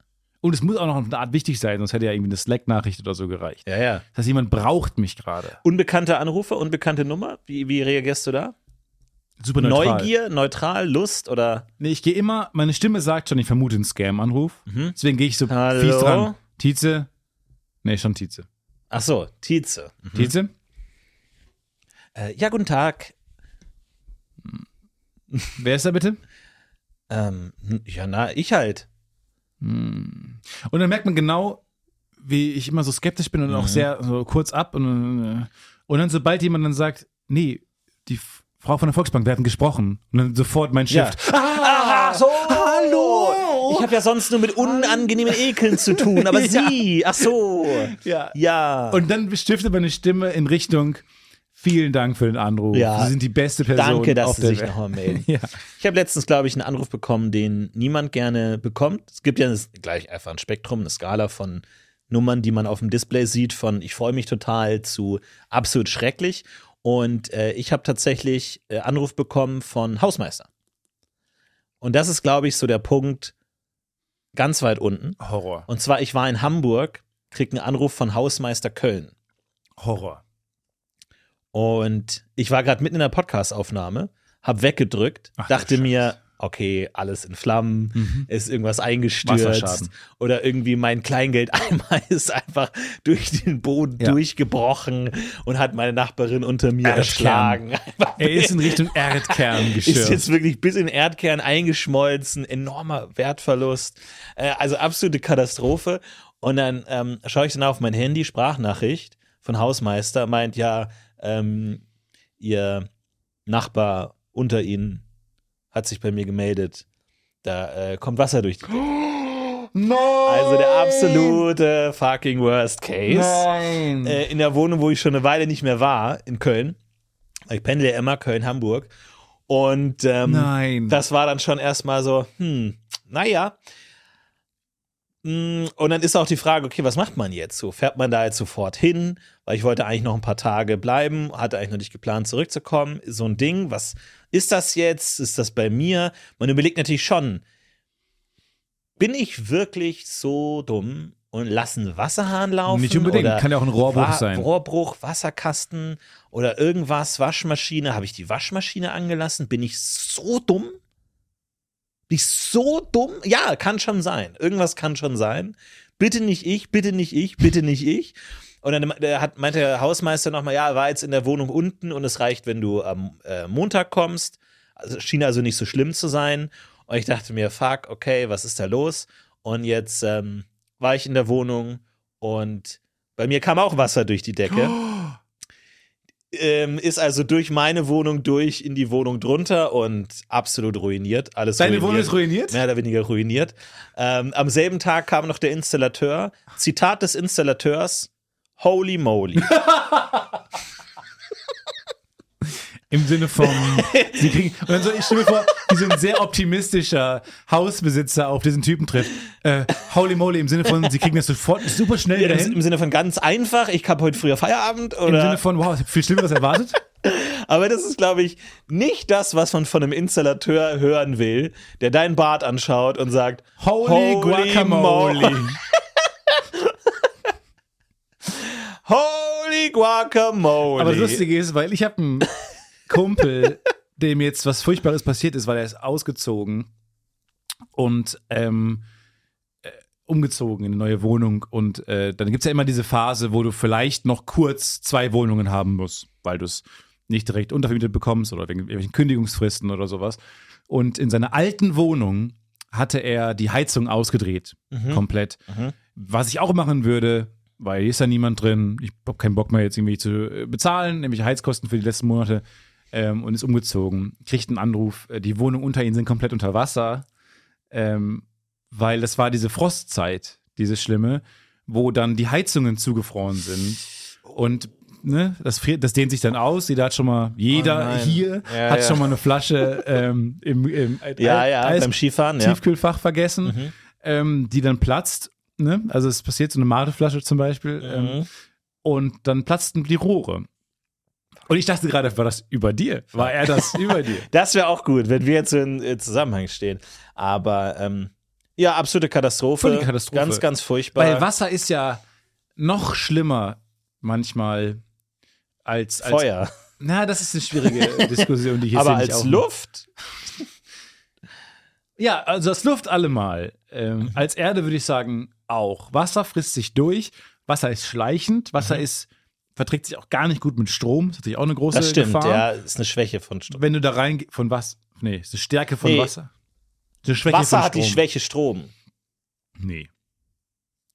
Speaker 2: Und es muss auch noch auf eine Art wichtig sein, sonst hätte ja irgendwie eine Slack-Nachricht oder so gereicht.
Speaker 1: Ja, ja.
Speaker 2: Das heißt, jemand braucht mich gerade.
Speaker 1: Unbekannte Anrufe, unbekannte Nummer. Wie, wie reagierst du da?
Speaker 2: Super neutral.
Speaker 1: Neugier, neutral, Lust oder
Speaker 2: Nee, ich gehe immer, meine Stimme sagt schon, ich vermute einen Scam-Anruf.
Speaker 1: Mhm.
Speaker 2: Deswegen gehe ich so
Speaker 1: Hallo?
Speaker 2: fies dran. Tietze? Nee, schon Tietze.
Speaker 1: Ach so, Tietze. Mhm.
Speaker 2: Tietze?
Speaker 1: Äh, ja, guten Tag.
Speaker 2: Wer ist da bitte?
Speaker 1: Ähm, n- ja, na, ich halt.
Speaker 2: Und dann merkt man genau, wie ich immer so skeptisch bin und
Speaker 1: Mhm.
Speaker 2: auch sehr so kurz ab. Und, äh, und dann, sobald jemand dann sagt, nee, die F- Frau von der Volksbank, wir hatten gesprochen. Und dann sofort mein Shift. Ah!
Speaker 1: Aha, so. Hallo. Ich habe ja sonst nur mit unangenehmen Ekeln zu tun, (laughs) aber Sie, ach so.
Speaker 2: Ja.
Speaker 1: Ja.
Speaker 2: Und dann stiftet meine Stimme in Richtung, vielen Dank für den Anruf.
Speaker 1: Ja.
Speaker 2: Sie sind die beste Person
Speaker 1: Danke, dass
Speaker 2: auf
Speaker 1: Sie
Speaker 2: der
Speaker 1: sich
Speaker 2: Welt.
Speaker 1: nochmal melden.
Speaker 2: (laughs) Ja.
Speaker 1: Ich habe letztens, glaube ich, einen Anruf bekommen, den niemand gerne bekommt. Es gibt ja das, gleich einfach ein Spektrum, eine Skala von Nummern, die man auf dem Display sieht, von ich freue mich total zu absolut schrecklich. Und äh, ich habe tatsächlich äh, Anruf bekommen von Hausmeister. Und das ist, glaube ich, so der Punkt ganz weit unten.
Speaker 2: Horror.
Speaker 1: Und zwar, ich war in Hamburg, krieg einen Anruf von Hausmeister Köln.
Speaker 2: Horror.
Speaker 1: Und ich war gerade mitten in der Podcast-Aufnahme, hab weggedrückt,
Speaker 2: Ach, du
Speaker 1: dachte
Speaker 2: Scheiße. Mhm.
Speaker 1: mir, okay, alles in Flammen, ist irgendwas eingestürzt
Speaker 2: Wasserschaden.
Speaker 1: oder irgendwie mein Kleingeldeimer (laughs) ist einfach durch den Boden
Speaker 2: Ja.
Speaker 1: durchgebrochen und hat meine Nachbarin unter mir
Speaker 2: Erdkern.
Speaker 1: erschlagen. Einfach
Speaker 2: Er (laughs) ist in Richtung Erdkern
Speaker 1: ist
Speaker 2: geschürft.
Speaker 1: jetzt wirklich bis in den Erdkern eingeschmolzen, enormer Wertverlust, äh, also absolute Katastrophe. Und dann ähm, schaue ich dann auf mein Handy, Sprachnachricht von Hausmeister, meint ja, ähm, ihr Nachbar unter Ihnen hat sich bei mir gemeldet. Da äh, kommt Wasser durch die Decke.
Speaker 2: Nein!
Speaker 1: Also der absolute fucking Worst Case
Speaker 2: Nein!
Speaker 1: äh, in der Wohnung, wo ich schon eine Weile nicht mehr war, in Köln. Ich pendle ja immer Köln, Hamburg. Und ähm,
Speaker 2: Nein.
Speaker 1: das war dann schon erstmal so, hm, naja. Mm, Und dann ist auch die Frage, okay, was macht man jetzt so? Fährt man da jetzt sofort hin? Weil ich wollte eigentlich noch ein paar Tage bleiben, hatte eigentlich noch nicht geplant, zurückzukommen. So ein Ding, was ist das jetzt? Ist das bei mir? Man überlegt natürlich schon, bin ich wirklich so dumm und lasse einen Wasserhahn laufen?
Speaker 2: Nicht unbedingt,
Speaker 1: Oder
Speaker 2: kann ja auch ein Rohrbruch
Speaker 1: Wa-
Speaker 2: sein.
Speaker 1: Rohrbruch, Wasserkasten oder irgendwas, Waschmaschine. Habe ich die Waschmaschine angelassen? Bin ich so dumm? Bin ich so dumm? Ja, kann schon sein. Irgendwas kann schon sein. Bitte nicht ich, bitte nicht ich, bitte nicht ich. Und dann der hat, meinte der Hausmeister nochmal, ja, er war jetzt in der Wohnung unten und es reicht, wenn du am äh, Montag kommst. Also, es schien also nicht so schlimm zu sein. Und ich dachte mir, fuck, okay, was ist da los? Und jetzt ähm, war ich in der Wohnung und bei mir kam auch Wasser durch die
Speaker 2: (gasps)
Speaker 1: Decke.
Speaker 2: Oh.
Speaker 1: Ähm, ist also durch meine Wohnung durch in die Wohnung drunter und absolut ruiniert. Alles
Speaker 2: Deine
Speaker 1: ruiniert.
Speaker 2: Wohnung ist ruiniert?
Speaker 1: Mehr oder weniger ruiniert. Ähm, am selben Tag kam noch der Installateur. Zitat des Installateurs: Holy
Speaker 2: (laughs)
Speaker 1: moly.
Speaker 2: Im
Speaker 1: (laughs)
Speaker 2: Sinne von, sie kriegen, und dann so, ich stelle mir vor, wie so ein sehr optimistischer Hausbesitzer auf diesen Typen trifft. Äh, holy moly, im Sinne von, sie kriegen das sofort super schnell wieder
Speaker 1: Im,
Speaker 2: hin.
Speaker 1: Im Sinne von ganz einfach, ich habe heute früher Feierabend.
Speaker 2: Im
Speaker 1: Oder,
Speaker 2: Sinne von, wow, ich hab viel Schlimmeres erwartet.
Speaker 1: aber das ist, glaube ich, nicht das, was man von einem Installateur hören will, der deinen Bart anschaut und sagt: moly.
Speaker 2: Holy, Guacamole.
Speaker 1: Holy Guacamole.
Speaker 2: Aber das Lustige ist, weil ich habe einen Kumpel, dem jetzt was Furchtbares passiert ist, weil er ist ausgezogen und ähm, äh, umgezogen in eine neue Wohnung. Und äh, dann gibt es ja immer diese Phase, wo du vielleicht noch kurz zwei Wohnungen haben musst, weil du es nicht direkt untervermietet bekommst oder wegen irgendwelchen Kündigungsfristen oder sowas. Und in seiner alten Wohnung hatte er die Heizung ausgedreht, komplett.
Speaker 1: Mhm.
Speaker 2: Was ich auch machen würde, weil hier ist ja niemand drin, ich habe keinen Bock mehr jetzt irgendwie zu äh, bezahlen, nämlich Heizkosten für die letzten Monate ähm, und ist umgezogen, kriegt einen Anruf, äh, die Wohnung unter ihnen sind komplett unter Wasser, ähm, weil das war diese Frostzeit, diese schlimme, wo dann die Heizungen zugefroren sind und ne, das, friert, das dehnt sich dann aus, jeder hat schon mal, jeder
Speaker 1: Oh nein.
Speaker 2: hier
Speaker 1: Ja,
Speaker 2: hat
Speaker 1: ja.
Speaker 2: schon mal eine Flasche ähm, im, im
Speaker 1: Ja, ja,
Speaker 2: Eis-
Speaker 1: beim Skifahren, ja. Mhm.
Speaker 2: Tiefkühlfach vergessen, ähm, die dann platzt. Ne? Also es passiert so eine Mateflasche zum Beispiel ähm,
Speaker 1: Mhm.
Speaker 2: und dann platzten die Rohre. Und ich dachte gerade, war das über dir? War er
Speaker 1: (laughs)
Speaker 2: das über dir?
Speaker 1: Das wäre auch gut, wenn wir jetzt so in äh, Zusammenhang stehen. Aber ähm, ja, absolute Katastrophe.
Speaker 2: Völlige Katastrophe.
Speaker 1: Ganz, ganz furchtbar.
Speaker 2: Weil Wasser ist ja noch schlimmer manchmal als, als
Speaker 1: Feuer.
Speaker 2: Na, das ist eine schwierige Diskussion, die ich jetzt
Speaker 1: Aber
Speaker 2: hier nicht
Speaker 1: als
Speaker 2: aufmache.
Speaker 1: Luft?
Speaker 2: Ja, also das Luft allemal.
Speaker 1: Mhm.
Speaker 2: Ähm, als Erde würde ich sagen, auch. Wasser frisst sich durch, Wasser ist schleichend, Wasser
Speaker 1: Mhm.
Speaker 2: ist, verträgt sich auch gar nicht gut mit Strom, das ist natürlich auch eine große
Speaker 1: Das stimmt,
Speaker 2: Gefahr.
Speaker 1: ja. Ist eine Schwäche von Strom.
Speaker 2: Wenn du da rein von was? Nee, ist eine Stärke von
Speaker 1: Nee.
Speaker 2: Wasser. Ist Eine Schwäche
Speaker 1: Wasser
Speaker 2: von
Speaker 1: hat die
Speaker 2: Strom.
Speaker 1: Schwäche Strom.
Speaker 2: Nee.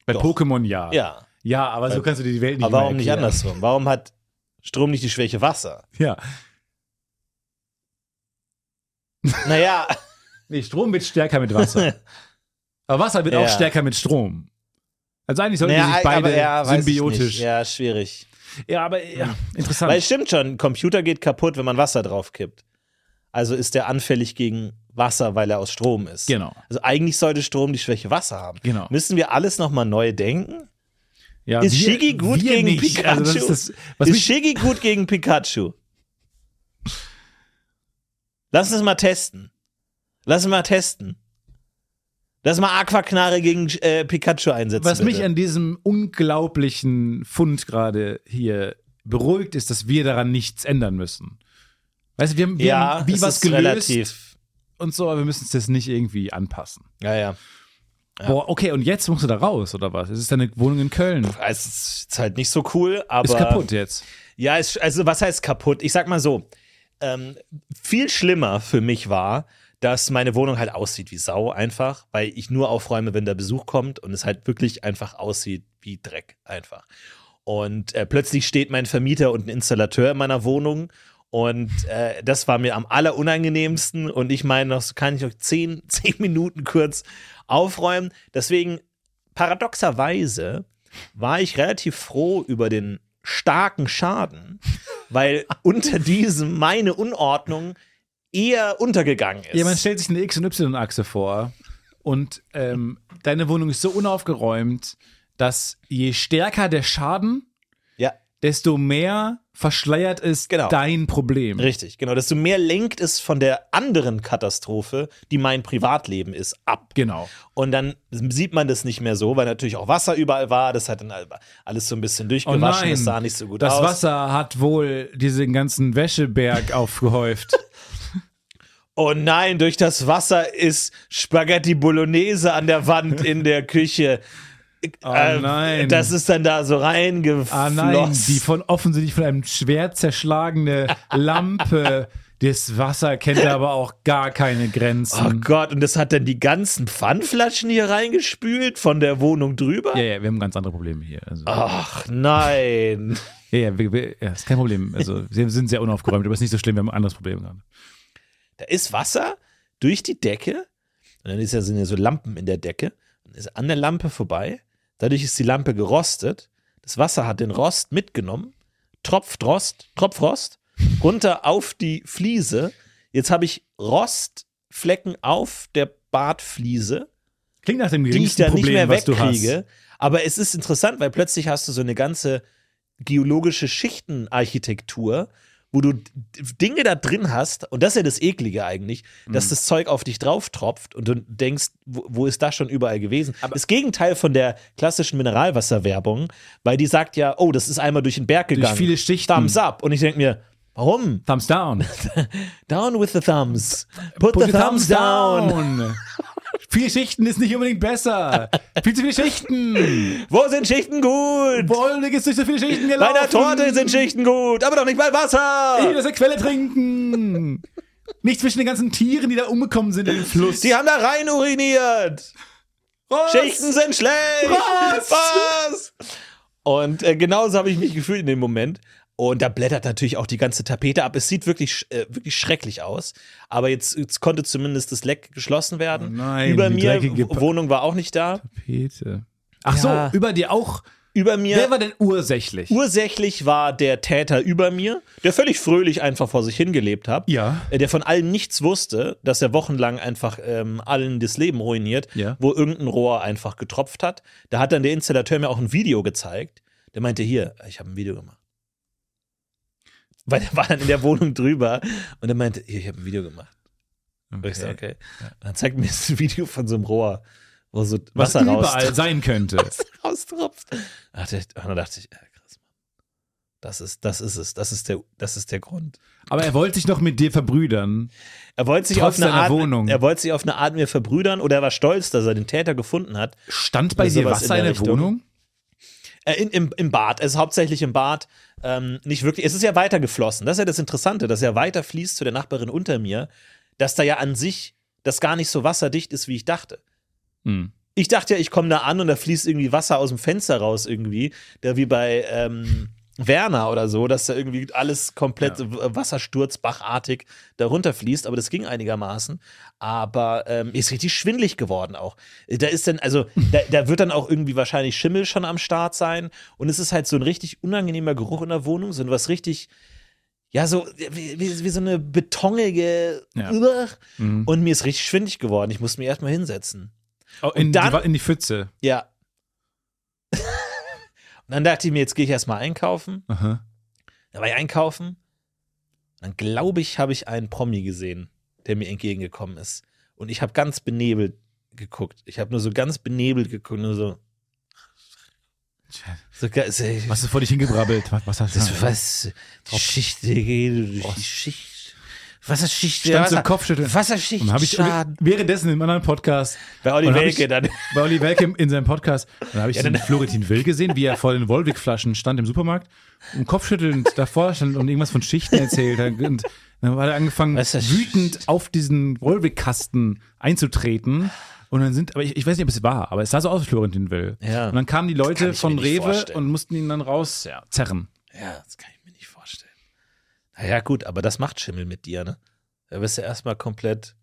Speaker 2: Bei
Speaker 1: Doch.
Speaker 2: Pokémon ja.
Speaker 1: Ja.
Speaker 2: Ja, aber so
Speaker 1: Bei-
Speaker 2: kannst du dir die Welt nicht
Speaker 1: Aber warum
Speaker 2: mehr
Speaker 1: nicht
Speaker 2: erklären.
Speaker 1: andersrum? Warum hat Strom nicht die Schwäche Wasser?
Speaker 2: Ja. (laughs)
Speaker 1: Naja,
Speaker 2: Nee, Strom wird stärker mit
Speaker 1: (laughs)
Speaker 2: Wasser. aber Wasser wird auch
Speaker 1: Ja.
Speaker 2: stärker mit Strom. Also eigentlich sollten die
Speaker 1: naja
Speaker 2: sich beide
Speaker 1: aber ja, weiß ich
Speaker 2: symbiotisch.
Speaker 1: Nicht. Ja, schwierig.
Speaker 2: Ja, aber ja, interessant.
Speaker 1: Weil es stimmt schon, ein Computer geht kaputt, wenn man Wasser draufkippt. Also ist der anfällig gegen Wasser, weil er aus Strom ist.
Speaker 2: Genau.
Speaker 1: Also eigentlich sollte Strom die Schwäche Wasser haben.
Speaker 2: Genau.
Speaker 1: Müssen wir alles nochmal neu denken?
Speaker 2: Ja,
Speaker 1: Ne, Ist Shiggy gut
Speaker 2: wir
Speaker 1: gegen
Speaker 2: nicht.
Speaker 1: Pikachu?
Speaker 2: Also das ist das, was
Speaker 1: ist
Speaker 2: mich,
Speaker 1: Shiggy gut gegen Pikachu? Lass uns mal testen. Lass uns mal testen. Lass mal Aquaknarre gegen äh, Pikachu einsetzen.
Speaker 2: was mich
Speaker 1: bitte.
Speaker 2: an diesem unglaublichen Fund gerade hier beruhigt, ist, dass wir daran nichts ändern müssen. Weißt du, wir haben, wir
Speaker 1: ja,
Speaker 2: haben wie
Speaker 1: es
Speaker 2: was
Speaker 1: ist
Speaker 2: gelöst
Speaker 1: relativ.
Speaker 2: und so, aber wir müssen es jetzt nicht irgendwie anpassen.
Speaker 1: Ja, ja.
Speaker 2: Boah, okay, und jetzt musst du da raus, oder was? Es ist deine Wohnung in Köln.
Speaker 1: Es ist ist halt nicht so cool, aber.
Speaker 2: Ist kaputt jetzt.
Speaker 1: Ja, es, also was heißt kaputt? Ich sag mal so, ähm, viel schlimmer für mich war, dass meine Wohnung halt aussieht wie Sau einfach, weil ich nur aufräume, wenn der Besuch kommt und es halt wirklich einfach aussieht wie Dreck einfach. Und äh, plötzlich steht mein Vermieter und ein Installateur in meiner Wohnung und äh, das war mir am allerunangenehmsten und ich meine, das kann ich euch zehn, (laughs) zehn Minuten kurz aufräumen. Deswegen, paradoxerweise, war ich relativ froh über den starken Schaden,
Speaker 2: (laughs)
Speaker 1: weil unter diesem meine Unordnung eher untergegangen ist.
Speaker 2: Ja, man stellt sich eine X- und Y-Achse vor und ähm, deine Wohnung ist so unaufgeräumt, dass je stärker der Schaden,
Speaker 1: ja,
Speaker 2: desto mehr verschleiert ist
Speaker 1: Genau.
Speaker 2: dein Problem.
Speaker 1: richtig, genau. Desto mehr lenkt es von der anderen Katastrophe, die mein Privatleben ist, ab.
Speaker 2: Genau.
Speaker 1: Und dann sieht man das nicht mehr so, weil natürlich auch Wasser überall war. Das hat dann alles so ein bisschen durchgewaschen.
Speaker 2: Oh nein,
Speaker 1: das sah nicht so gut
Speaker 2: Das
Speaker 1: aus.
Speaker 2: Wasser hat wohl diesen ganzen Wäscheberg (laughs) aufgehäuft.
Speaker 1: Oh nein, durch das Wasser ist Spaghetti Bolognese an der Wand in der Küche.
Speaker 2: Oh
Speaker 1: Ähm,
Speaker 2: nein.
Speaker 1: Das ist dann da so reingeflossen.
Speaker 2: ah nein, die von offensichtlich von einem schwer zerschlagene Lampe. Das Wasser kennt aber auch gar keine
Speaker 1: Oh
Speaker 2: Grenzen.
Speaker 1: Gott, und das hat dann die ganzen Pfannflaschen hier reingespült von der Wohnung drüber?
Speaker 2: ja, ja, wir haben ganz andere Probleme hier. Also,
Speaker 1: Ach nein.
Speaker 2: Ja, ja, wir, wir, ja, ist kein Problem. Also, wir sind sehr unaufgeräumt, aber ist nicht so schlimm, wir haben ein anderes Problem gerade.
Speaker 1: Da ist Wasser durch die Decke und dann ist ja, sind ja so Lampen in der Decke und ist an der Lampe vorbei. Dadurch ist die Lampe gerostet. Das Wasser hat den Rost mitgenommen. Tropft Rost, Tropfrost runter auf die Fliese. Jetzt habe ich Rostflecken auf der Badfliese.
Speaker 2: Klingt nach dem
Speaker 1: die ich
Speaker 2: geringsten
Speaker 1: da nicht
Speaker 2: Problem,
Speaker 1: mehr
Speaker 2: was du hast.
Speaker 1: wegkriege. Aber es ist interessant, weil plötzlich hast du so eine ganze geologische Schichtenarchitektur, wo du D- Dinge da drin hast, und das ist ja das Eklige eigentlich, dass das Zeug auf dich drauf tropft und du denkst, wo, wo ist das schon überall gewesen? das Gegenteil von der klassischen Mineralwasserwerbung, weil die sagt ja, oh, das ist einmal durch den Berg gegangen.
Speaker 2: viele Schichten.
Speaker 1: Thumbs up. Und ich denke mir, Warum?
Speaker 2: Thumbs down.
Speaker 1: Down with the thumbs. Put, the, thumbs, down.
Speaker 2: Viele Schichten ist nicht unbedingt besser. Viel zu viele Schichten.
Speaker 1: Wo sind Schichten gut?
Speaker 2: Wolnig ist durch so viele Schichten gelaufen.
Speaker 1: Bei der Torte sind Schichten gut, aber doch nicht bei
Speaker 2: Ich
Speaker 1: Wasser.
Speaker 2: will aus der Quelle trinken. Nicht zwischen den ganzen Tieren, die da umgekommen sind im Fluss. Oh,
Speaker 1: Die haben da rein uriniert.
Speaker 2: Ross.
Speaker 1: Schichten sind schlecht.
Speaker 2: Was?
Speaker 1: Was? Und äh, genauso habe ich mich gefühlt in dem Moment. Und da blättert natürlich auch die ganze Tapete ab. Es sieht wirklich, sch- äh, wirklich schrecklich aus. Aber jetzt, jetzt konnte zumindest das Leck geschlossen werden.
Speaker 2: Oh nein,
Speaker 1: Über
Speaker 2: die
Speaker 1: mir,
Speaker 2: dreckige Pa-
Speaker 1: Wohnung war auch nicht da.
Speaker 2: Pete. Ach
Speaker 1: Ja.
Speaker 2: so, über dir auch.
Speaker 1: Über mir.
Speaker 2: Wer war denn ursächlich?
Speaker 1: Ursächlich war der Täter über mir, der völlig fröhlich einfach vor sich hingelebt hat.
Speaker 2: Ja.
Speaker 1: Äh, Der von allem nichts wusste, dass er wochenlang einfach ähm, allen das Leben ruiniert,
Speaker 2: Ja.
Speaker 1: wo irgendein Rohr einfach getropft hat. Da hat dann der Installateur mir auch ein Video gezeigt. Der meinte, hier, ich habe ein Video gemacht. Weil der war dann in der Wohnung drüber und er meinte, hier, ich habe ein Video gemacht. Und ich so, okay. Und dann zeigt mir das (laughs) Video von so einem Rohr, wo so
Speaker 2: Was
Speaker 1: Wasser raus. (laughs)
Speaker 2: überall sein könnte.
Speaker 1: raustropft. Dachte ich, und dann dachte ich, äh, krass, Mann. Das ist, das ist es. Das ist der, das ist der Grund.
Speaker 2: Aber er wollte sich noch mit dir verbrüdern.
Speaker 1: Er wollte sich
Speaker 2: Trotz
Speaker 1: auf eine
Speaker 2: seiner
Speaker 1: Art,
Speaker 2: Wohnung.
Speaker 1: er wollte sich auf eine Art mir verbrüdern oder er war stolz, dass er den Täter gefunden hat.
Speaker 2: Stand bei
Speaker 1: Oder
Speaker 2: dir
Speaker 1: sowas
Speaker 2: Wasser in
Speaker 1: in
Speaker 2: der
Speaker 1: der Richtung.
Speaker 2: Wohnung?
Speaker 1: Äh, in, im, Im Bad, es ist hauptsächlich im Bad. Ähm, nicht wirklich. Es ist ja weiter geflossen. Das ist ja das Interessante, dass er weiter fließt zu der Nachbarin unter mir, dass da ja an sich das gar nicht so wasserdicht ist, wie ich dachte.
Speaker 2: Hm.
Speaker 1: Ich dachte ja, ich komme da an und da fließt irgendwie Wasser aus dem Fenster raus irgendwie, da wie bei ähm, Werner oder so, dass da irgendwie alles komplett
Speaker 2: Ja.
Speaker 1: w- Wassersturzbachartig darunter fließt, aber das ging einigermaßen. Aber ähm, ist richtig schwindlig geworden auch. Da ist dann, also, da, da wird dann auch irgendwie wahrscheinlich Schimmel schon am Start sein und es ist halt so ein richtig unangenehmer Geruch in der Wohnung, so was richtig, ja, so wie, wie, wie so eine betonige
Speaker 2: Ja. Hm.
Speaker 1: Mhm. und mir ist richtig schwindig geworden. Ich musste mir erstmal hinsetzen.
Speaker 2: Oh, in,
Speaker 1: dann-
Speaker 2: die, Wa- in die Pfütze.
Speaker 1: Ja. (laughs) und dann dachte ich mir, jetzt gehe ich erstmal einkaufen.
Speaker 2: Aha.
Speaker 1: Dann war ich einkaufen. Dann glaube ich, habe ich einen Promi gesehen, der mir entgegengekommen ist. Und ich habe ganz benebelt geguckt. Ich habe nur so ganz benebelt geguckt, nur so. so ga- so-
Speaker 2: Was hast du vor dich hingebrabbelt? Was, was hast du?
Speaker 1: das, was? Die Schicht, die geht durch die Schicht. Wasserschicht, der
Speaker 2: Oh. Stand so
Speaker 1: Wasser,
Speaker 2: im Kopfschütteln.
Speaker 1: Wasserschicht,
Speaker 2: Und hab ich
Speaker 1: Schaden.
Speaker 2: währenddessen im anderen Podcast
Speaker 1: Bei Olli
Speaker 2: und hab
Speaker 1: Welke
Speaker 2: ich-
Speaker 1: dann.
Speaker 2: bei Olli Welke in seinem Podcast, dann habe ich den Florentin Will gesehen, wie er vor den Wolwig-Flaschen stand im Supermarkt und kopfschüttelnd davor stand und irgendwas von Schichten erzählt hat. Und dann hat er angefangen,
Speaker 1: Was ist das?
Speaker 2: wütend auf diesen Wolwig-Kasten einzutreten. Und dann sind, aber ich, ich weiß nicht, ob es war, aber es sah so aus, wie Florentin Will.
Speaker 1: Ja.
Speaker 2: Und dann kamen die
Speaker 1: kann
Speaker 2: Leute
Speaker 1: ich
Speaker 2: von
Speaker 1: mir nicht
Speaker 2: Rewe
Speaker 1: vorstellen.
Speaker 2: und mussten ihn dann rauszerren.
Speaker 1: Ja, das kann ich mir nicht vorstellen. Naja, gut, aber das macht Schimmel mit dir, ne? Da bist du erstmal komplett.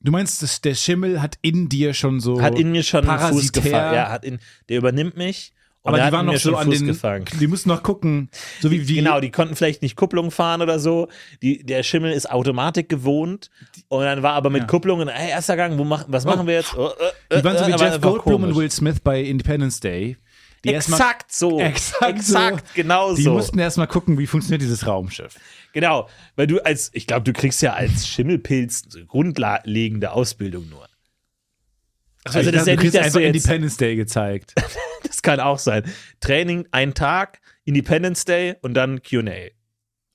Speaker 2: Du meinst, dass der Schimmel hat in dir schon so.
Speaker 1: Hat in mir schon einen Fuß
Speaker 2: parasitär.
Speaker 1: gefangen. Ja, hat in, der übernimmt mich. Und
Speaker 2: aber
Speaker 1: der
Speaker 2: die
Speaker 1: hat
Speaker 2: waren
Speaker 1: mir
Speaker 2: noch
Speaker 1: schon
Speaker 2: so an
Speaker 1: Fuß
Speaker 2: den.
Speaker 1: gefangen.
Speaker 2: Die mussten noch gucken, so wie die.
Speaker 1: Genau, die konnten vielleicht nicht Kupplung fahren oder so. Die, der Schimmel ist Automatik gewohnt. Und dann war aber mit
Speaker 2: Ja.
Speaker 1: Kupplung und, ey, erster Gang, wo mach, was machen wir jetzt? Oh, äh,
Speaker 2: Die waren so wie
Speaker 1: äh, aber
Speaker 2: Jeff
Speaker 1: einfach
Speaker 2: Goldblum
Speaker 1: komisch.
Speaker 2: und Will Smith bei Independence Day. Die erstmal-
Speaker 1: Exakt so.
Speaker 2: Exakt so.
Speaker 1: Exakt, genau
Speaker 2: Die
Speaker 1: so.
Speaker 2: mussten erstmal gucken, wie funktioniert dieses Raumschiff.
Speaker 1: Genau, weil du als, ich glaube, du kriegst ja als Schimmelpilz so grundlegende Ausbildung nur. Also,
Speaker 2: Ich
Speaker 1: das ist
Speaker 2: dachte,
Speaker 1: ja
Speaker 2: du
Speaker 1: nicht,
Speaker 2: kriegst
Speaker 1: dass
Speaker 2: einfach
Speaker 1: du jetzt,
Speaker 2: Independence Day gezeigt.
Speaker 1: das kann auch sein. Training, ein Tag, Independence Day und dann Q&A.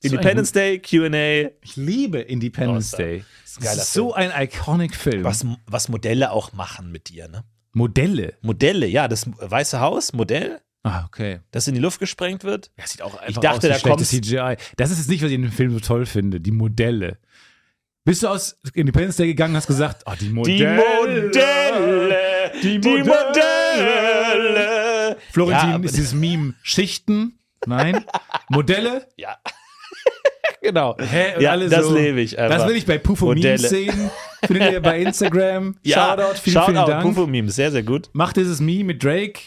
Speaker 1: Independence Day, Q&A.
Speaker 2: Ich liebe Independence
Speaker 1: Außer.
Speaker 2: Day. Das
Speaker 1: geiler
Speaker 2: ist so ein iconic Film.
Speaker 1: Was, was Modelle auch machen mit dir, ne?
Speaker 2: Modelle.
Speaker 1: Modelle, ja, das Weiße Haus, Modell,
Speaker 2: Ah, okay.
Speaker 1: das in die Luft gesprengt wird.
Speaker 2: Das sieht auch einfach
Speaker 1: dachte,
Speaker 2: aus
Speaker 1: da
Speaker 2: wie schlechtes
Speaker 1: kommst-
Speaker 2: CGI. Das ist jetzt nicht, was ich in dem Film so toll finde. Die Modelle. Bist du aus Independence Day gegangen und hast gesagt, oh, die Modelle.
Speaker 1: Die Modelle, die
Speaker 2: Die
Speaker 1: Modelle.
Speaker 2: Florentin
Speaker 1: Ja, aber-
Speaker 2: ist dieses Meme Schichten. Nein. Modelle.
Speaker 1: Ja. genau.
Speaker 2: Hä? Und
Speaker 1: (laughs) Ja,
Speaker 2: alle
Speaker 1: das
Speaker 2: so,
Speaker 1: lebe ich einfach.
Speaker 2: Das will ich bei Pufo Memes
Speaker 1: Modelle.
Speaker 2: sehen. Findet ihr bei Instagram.
Speaker 1: (laughs) Ja,
Speaker 2: Shoutout, vielen,
Speaker 1: Shoutout,
Speaker 2: vielen Dank.
Speaker 1: Kung-Fu Memes, sehr, sehr gut.
Speaker 2: Macht dieses Meme mit Drake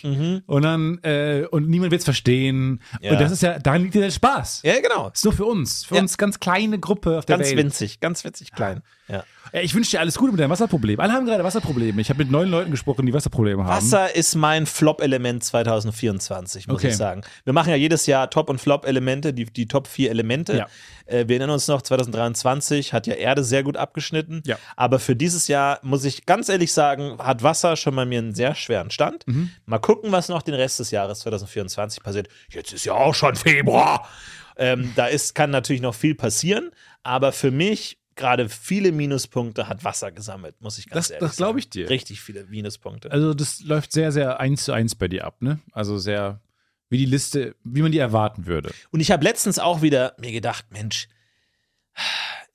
Speaker 2: und dann äh, und niemand wird es verstehen.
Speaker 1: Mhm. Ja.
Speaker 2: Und das ist ja, daran liegt ja der Spaß.
Speaker 1: Ja, genau.
Speaker 2: Ist nur für uns, für
Speaker 1: Ja.
Speaker 2: uns ganz kleine Gruppe auf der
Speaker 1: Ganz
Speaker 2: Welt.
Speaker 1: winzig, ganz winzig klein. Ja.
Speaker 2: Äh, Ich wünsche dir alles Gute mit deinem Wasserproblem. Alle haben gerade Wasserprobleme. Ich habe mit neun Leuten gesprochen, die Wasserprobleme haben.
Speaker 1: Wasser ist mein Flop-Element 2024, muss
Speaker 2: Okay.
Speaker 1: ich sagen. Wir machen ja jedes Jahr Top- und Flop-Elemente, die, die Top 4 Elemente.
Speaker 2: Ja.
Speaker 1: Äh, wir erinnern uns noch, 2023 hat ja Erde sehr gut abgeschnitten.
Speaker 2: Ja.
Speaker 1: Aber für dieses Jahr muss ich ganz ehrlich sagen, hat Wasser schon mal mir einen sehr schweren Stand.
Speaker 2: Mhm.
Speaker 1: Mal gucken, was noch den Rest des Jahres 2024 passiert. Jetzt ist ja auch schon Februar. Ähm, da ist, kann natürlich noch viel passieren, aber für mich gerade viele Minuspunkte hat Wasser gesammelt, muss ich ganz
Speaker 2: Das-
Speaker 1: ehrlich
Speaker 2: das glaub
Speaker 1: sagen.
Speaker 2: ich dir.
Speaker 1: Richtig viele Minuspunkte.
Speaker 2: Also das läuft sehr, sehr eins zu eins bei dir ab, ne? Also sehr, wie die Liste, wie man die erwarten würde.
Speaker 1: Und ich habe letztens auch wieder mir gedacht, Mensch,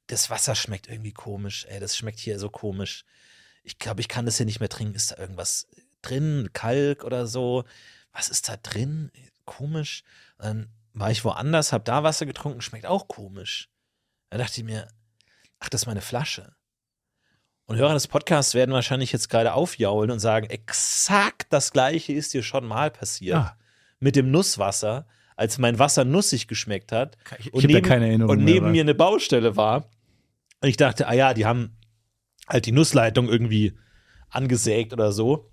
Speaker 1: das Wasser schmeckt irgendwie komisch. Ey, das schmeckt hier so komisch. Ich glaube, ich kann das hier nicht mehr trinken. Ist da irgendwas drin? Kalk oder so? Was ist da drin? Komisch. Dann war ich woanders, habe da Wasser getrunken, schmeckt auch komisch. Da dachte ich mir, ach, das ist meine Flasche. Und Hörer des Podcasts werden wahrscheinlich jetzt gerade aufjaulen und sagen, exakt das gleiche ist dir schon mal passiert
Speaker 2: Ah.
Speaker 1: mit dem Nusswasser, als mein Wasser nussig geschmeckt hat
Speaker 2: Ich,
Speaker 1: und
Speaker 2: ich habe da
Speaker 1: neben-
Speaker 2: keine Erinnerung
Speaker 1: und
Speaker 2: mehr
Speaker 1: neben
Speaker 2: dran.
Speaker 1: mir eine Baustelle war. Und ich dachte, ah ja, die haben halt die Nussleitung irgendwie angesägt oder so.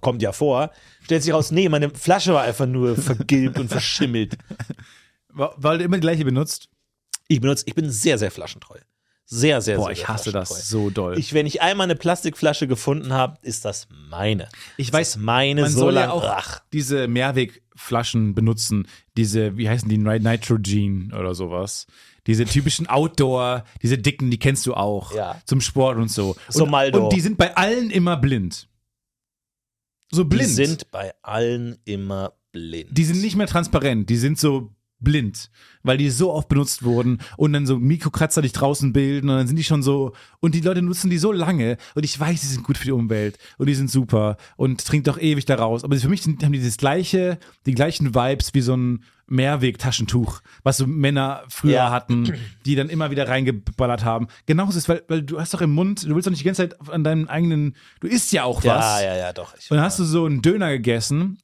Speaker 1: Kommt ja vor. Stellt sich raus, nee, meine Flasche war einfach
Speaker 2: (laughs)
Speaker 1: nur vergilbt und verschimmelt.
Speaker 2: Wa- Weil du immer die gleiche benutzt.
Speaker 1: Ich benutze, ich bin sehr, sehr flaschentreu. Sehr, sehr,
Speaker 2: Boah,
Speaker 1: sehr,
Speaker 2: ich
Speaker 1: sehr
Speaker 2: hasse das
Speaker 1: flaschentreu.
Speaker 2: so doll.
Speaker 1: Ich, wenn ich einmal eine Plastikflasche gefunden habe, ist das meine.
Speaker 2: Ich
Speaker 1: Ist
Speaker 2: weiß,
Speaker 1: das meine
Speaker 2: man
Speaker 1: so
Speaker 2: soll
Speaker 1: lang.
Speaker 2: ja auch
Speaker 1: Ach,
Speaker 2: diese Mehrwegflaschen benutzen, diese, wie heißen die, Ni- Nitrogen oder sowas. Diese typischen Outdoor, diese dicken, die kennst du auch.
Speaker 1: Ja.
Speaker 2: Zum Sport und so.
Speaker 1: So
Speaker 2: und,
Speaker 1: Maldo.
Speaker 2: und die sind bei allen immer blind. So blind.
Speaker 1: Die sind bei allen immer blind.
Speaker 2: die sind nicht mehr transparent, die sind so blind, weil die so oft benutzt wurden und dann so Mikrokratzer dich draußen bilden und dann sind die schon so und die Leute nutzen die so lange und ich weiß, die sind gut für die Umwelt und die sind super und trinkt doch ewig daraus, aber für mich sind, haben die das gleiche, die gleichen Vibes wie so ein Mehrweg-Taschentuch, was so Männer früher
Speaker 1: Ja.
Speaker 2: hatten, die dann immer wieder reingeballert haben. Genauso ist, weil, weil du hast doch im Mund, du willst doch nicht die ganze Zeit an deinem eigenen, du isst ja auch was.
Speaker 1: ja, ja, ja, doch. Ich
Speaker 2: Und dann hast du so einen Döner gegessen,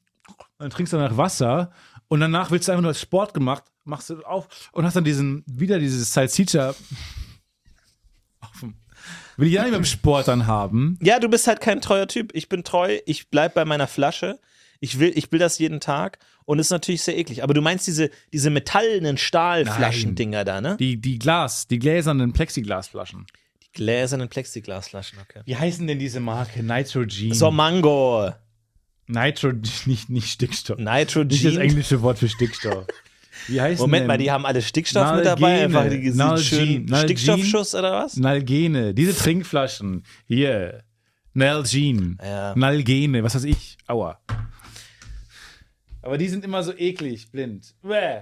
Speaker 2: dann trinkst du danach Wasser und danach willst du einfach nur Sport gemacht, machst du auf und hast dann diesen, wieder dieses Salsiccia. (laughs) auf dem- Will ich ja nicht beim Sport dann haben.
Speaker 1: Ja, du bist halt kein treuer Typ. Ich bin treu, ich bleib bei meiner Flasche. Ich will, ich will das jeden Tag und ist natürlich sehr eklig. Aber du meinst diese, diese metallenen Stahlflaschendinger da, ne? Die
Speaker 2: Die, die Glas, die gläsernen Plexiglasflaschen.
Speaker 1: gläsernen Plexiglasflaschen, okay.
Speaker 2: Wie heißen denn diese Marke? Nitrogen.
Speaker 1: So, Mango,
Speaker 2: Nitrogen, (laughs) nicht, nicht Stickstoff. Nicht das
Speaker 1: Nitrogen.
Speaker 2: englische Wort für Stickstoff. Wie heißen
Speaker 1: Moment
Speaker 2: denn?
Speaker 1: mal, die haben alle Stickstoff mit dabei.
Speaker 2: Nalgene.
Speaker 1: Einfach die diesen
Speaker 2: Nalgene.
Speaker 1: schönen
Speaker 2: Nalgene.
Speaker 1: Stickstoffschuss oder was?
Speaker 2: Nalgene, diese Trinkflaschen. Hier. Nalgene.
Speaker 1: Ja.
Speaker 2: Nalgene, was weiß ich. Aua. Aber die sind immer so eklig, blind. Bäh.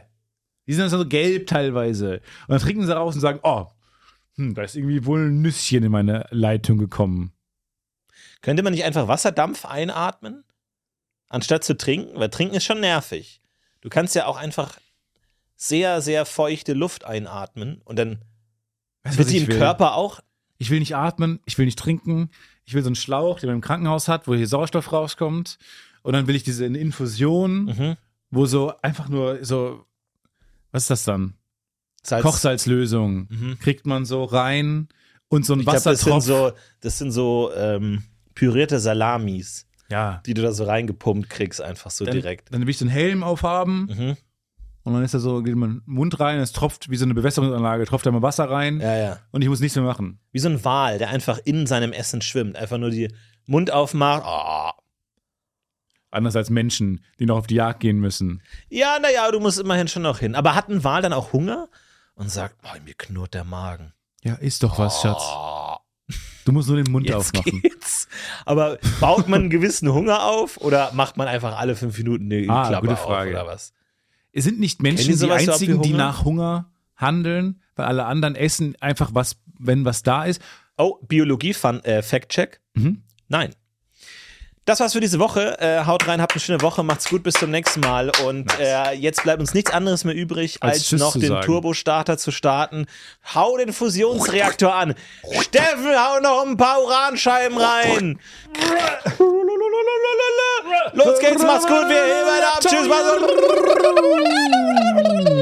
Speaker 2: Die sind so gelb teilweise. Und dann trinken sie raus und sagen, oh, hm, da ist irgendwie wohl ein Nüsschen in meine Leitung gekommen.
Speaker 1: Könnte man nicht einfach Wasserdampf einatmen? Anstatt zu trinken? Weil trinken ist schon nervig. Du kannst ja auch einfach sehr, sehr feuchte Luft einatmen und dann
Speaker 2: Weißt du,
Speaker 1: Wird
Speaker 2: was
Speaker 1: sie
Speaker 2: ich
Speaker 1: im
Speaker 2: will?
Speaker 1: Körper auch?
Speaker 2: Ich will nicht atmen, ich will nicht trinken, ich will so einen Schlauch, den man im Krankenhaus hat, wo hier Sauerstoff rauskommt. Und dann will ich diese Infusion,
Speaker 1: Mhm.
Speaker 2: wo so einfach nur so, was ist das dann?
Speaker 1: Salz.
Speaker 2: Kochsalzlösung
Speaker 1: Mhm.
Speaker 2: kriegt man so rein und so ein
Speaker 1: Ich glaub, das
Speaker 2: Wassertropf.
Speaker 1: sind so, das sind so ähm, pürierte Salamis,
Speaker 2: ja,
Speaker 1: die du da so reingepumpt kriegst, einfach so
Speaker 2: dann,
Speaker 1: direkt.
Speaker 2: Dann will ich so einen Helm aufhaben
Speaker 1: Mhm.
Speaker 2: und dann ist da so, geht man Mund rein, es tropft wie so eine Bewässerungsanlage, tropft da mal Wasser rein
Speaker 1: Ja, ja.
Speaker 2: und ich muss nichts mehr machen.
Speaker 1: Wie so ein Wal, der einfach in seinem Essen schwimmt, einfach nur die Mund aufmacht. Ah.
Speaker 2: Anders als Menschen, die noch auf die Jagd gehen müssen.
Speaker 1: Ja, naja, du musst immerhin schon noch hin. Aber hat ein Wal dann auch Hunger und sagt, oh, mir knurrt der Magen.
Speaker 2: Ja, ist doch was, Schatz.
Speaker 1: Ah.
Speaker 2: Du musst nur den Mund
Speaker 1: Jetzt
Speaker 2: aufmachen.
Speaker 1: geht's. Aber baut man einen gewissen Hunger auf oder macht man einfach alle fünf Minuten eine
Speaker 2: Ah,
Speaker 1: Klappe
Speaker 2: gute
Speaker 1: auf
Speaker 2: Frage.
Speaker 1: oder was?
Speaker 2: Es sind nicht
Speaker 1: Kennen
Speaker 2: Menschen
Speaker 1: die
Speaker 2: die
Speaker 1: sowas überhaupt wie
Speaker 2: einzigen, die
Speaker 1: Hunger?
Speaker 2: nach Hunger handeln, weil alle anderen essen einfach was, wenn was da ist.
Speaker 1: Oh, Biologie-Fact-Check.
Speaker 2: Mhm.
Speaker 1: Nein. Das war's für diese Woche. Äh, haut rein, habt eine schöne Woche, macht's gut, bis zum nächsten Mal. Und äh, jetzt bleibt uns nichts anderes mehr übrig,
Speaker 2: Als
Speaker 1: als,
Speaker 2: Tschüss
Speaker 1: noch
Speaker 2: zu
Speaker 1: den
Speaker 2: sagen.
Speaker 1: Turbostarter zu starten. Hau den Fusionsreaktor an. Steffen, hau noch ein paar Uranscheiben rein. Los geht's, macht's gut, wir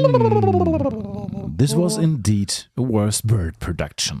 Speaker 1: heben ab. Tschüss,
Speaker 2: This was indeed a worst bird production.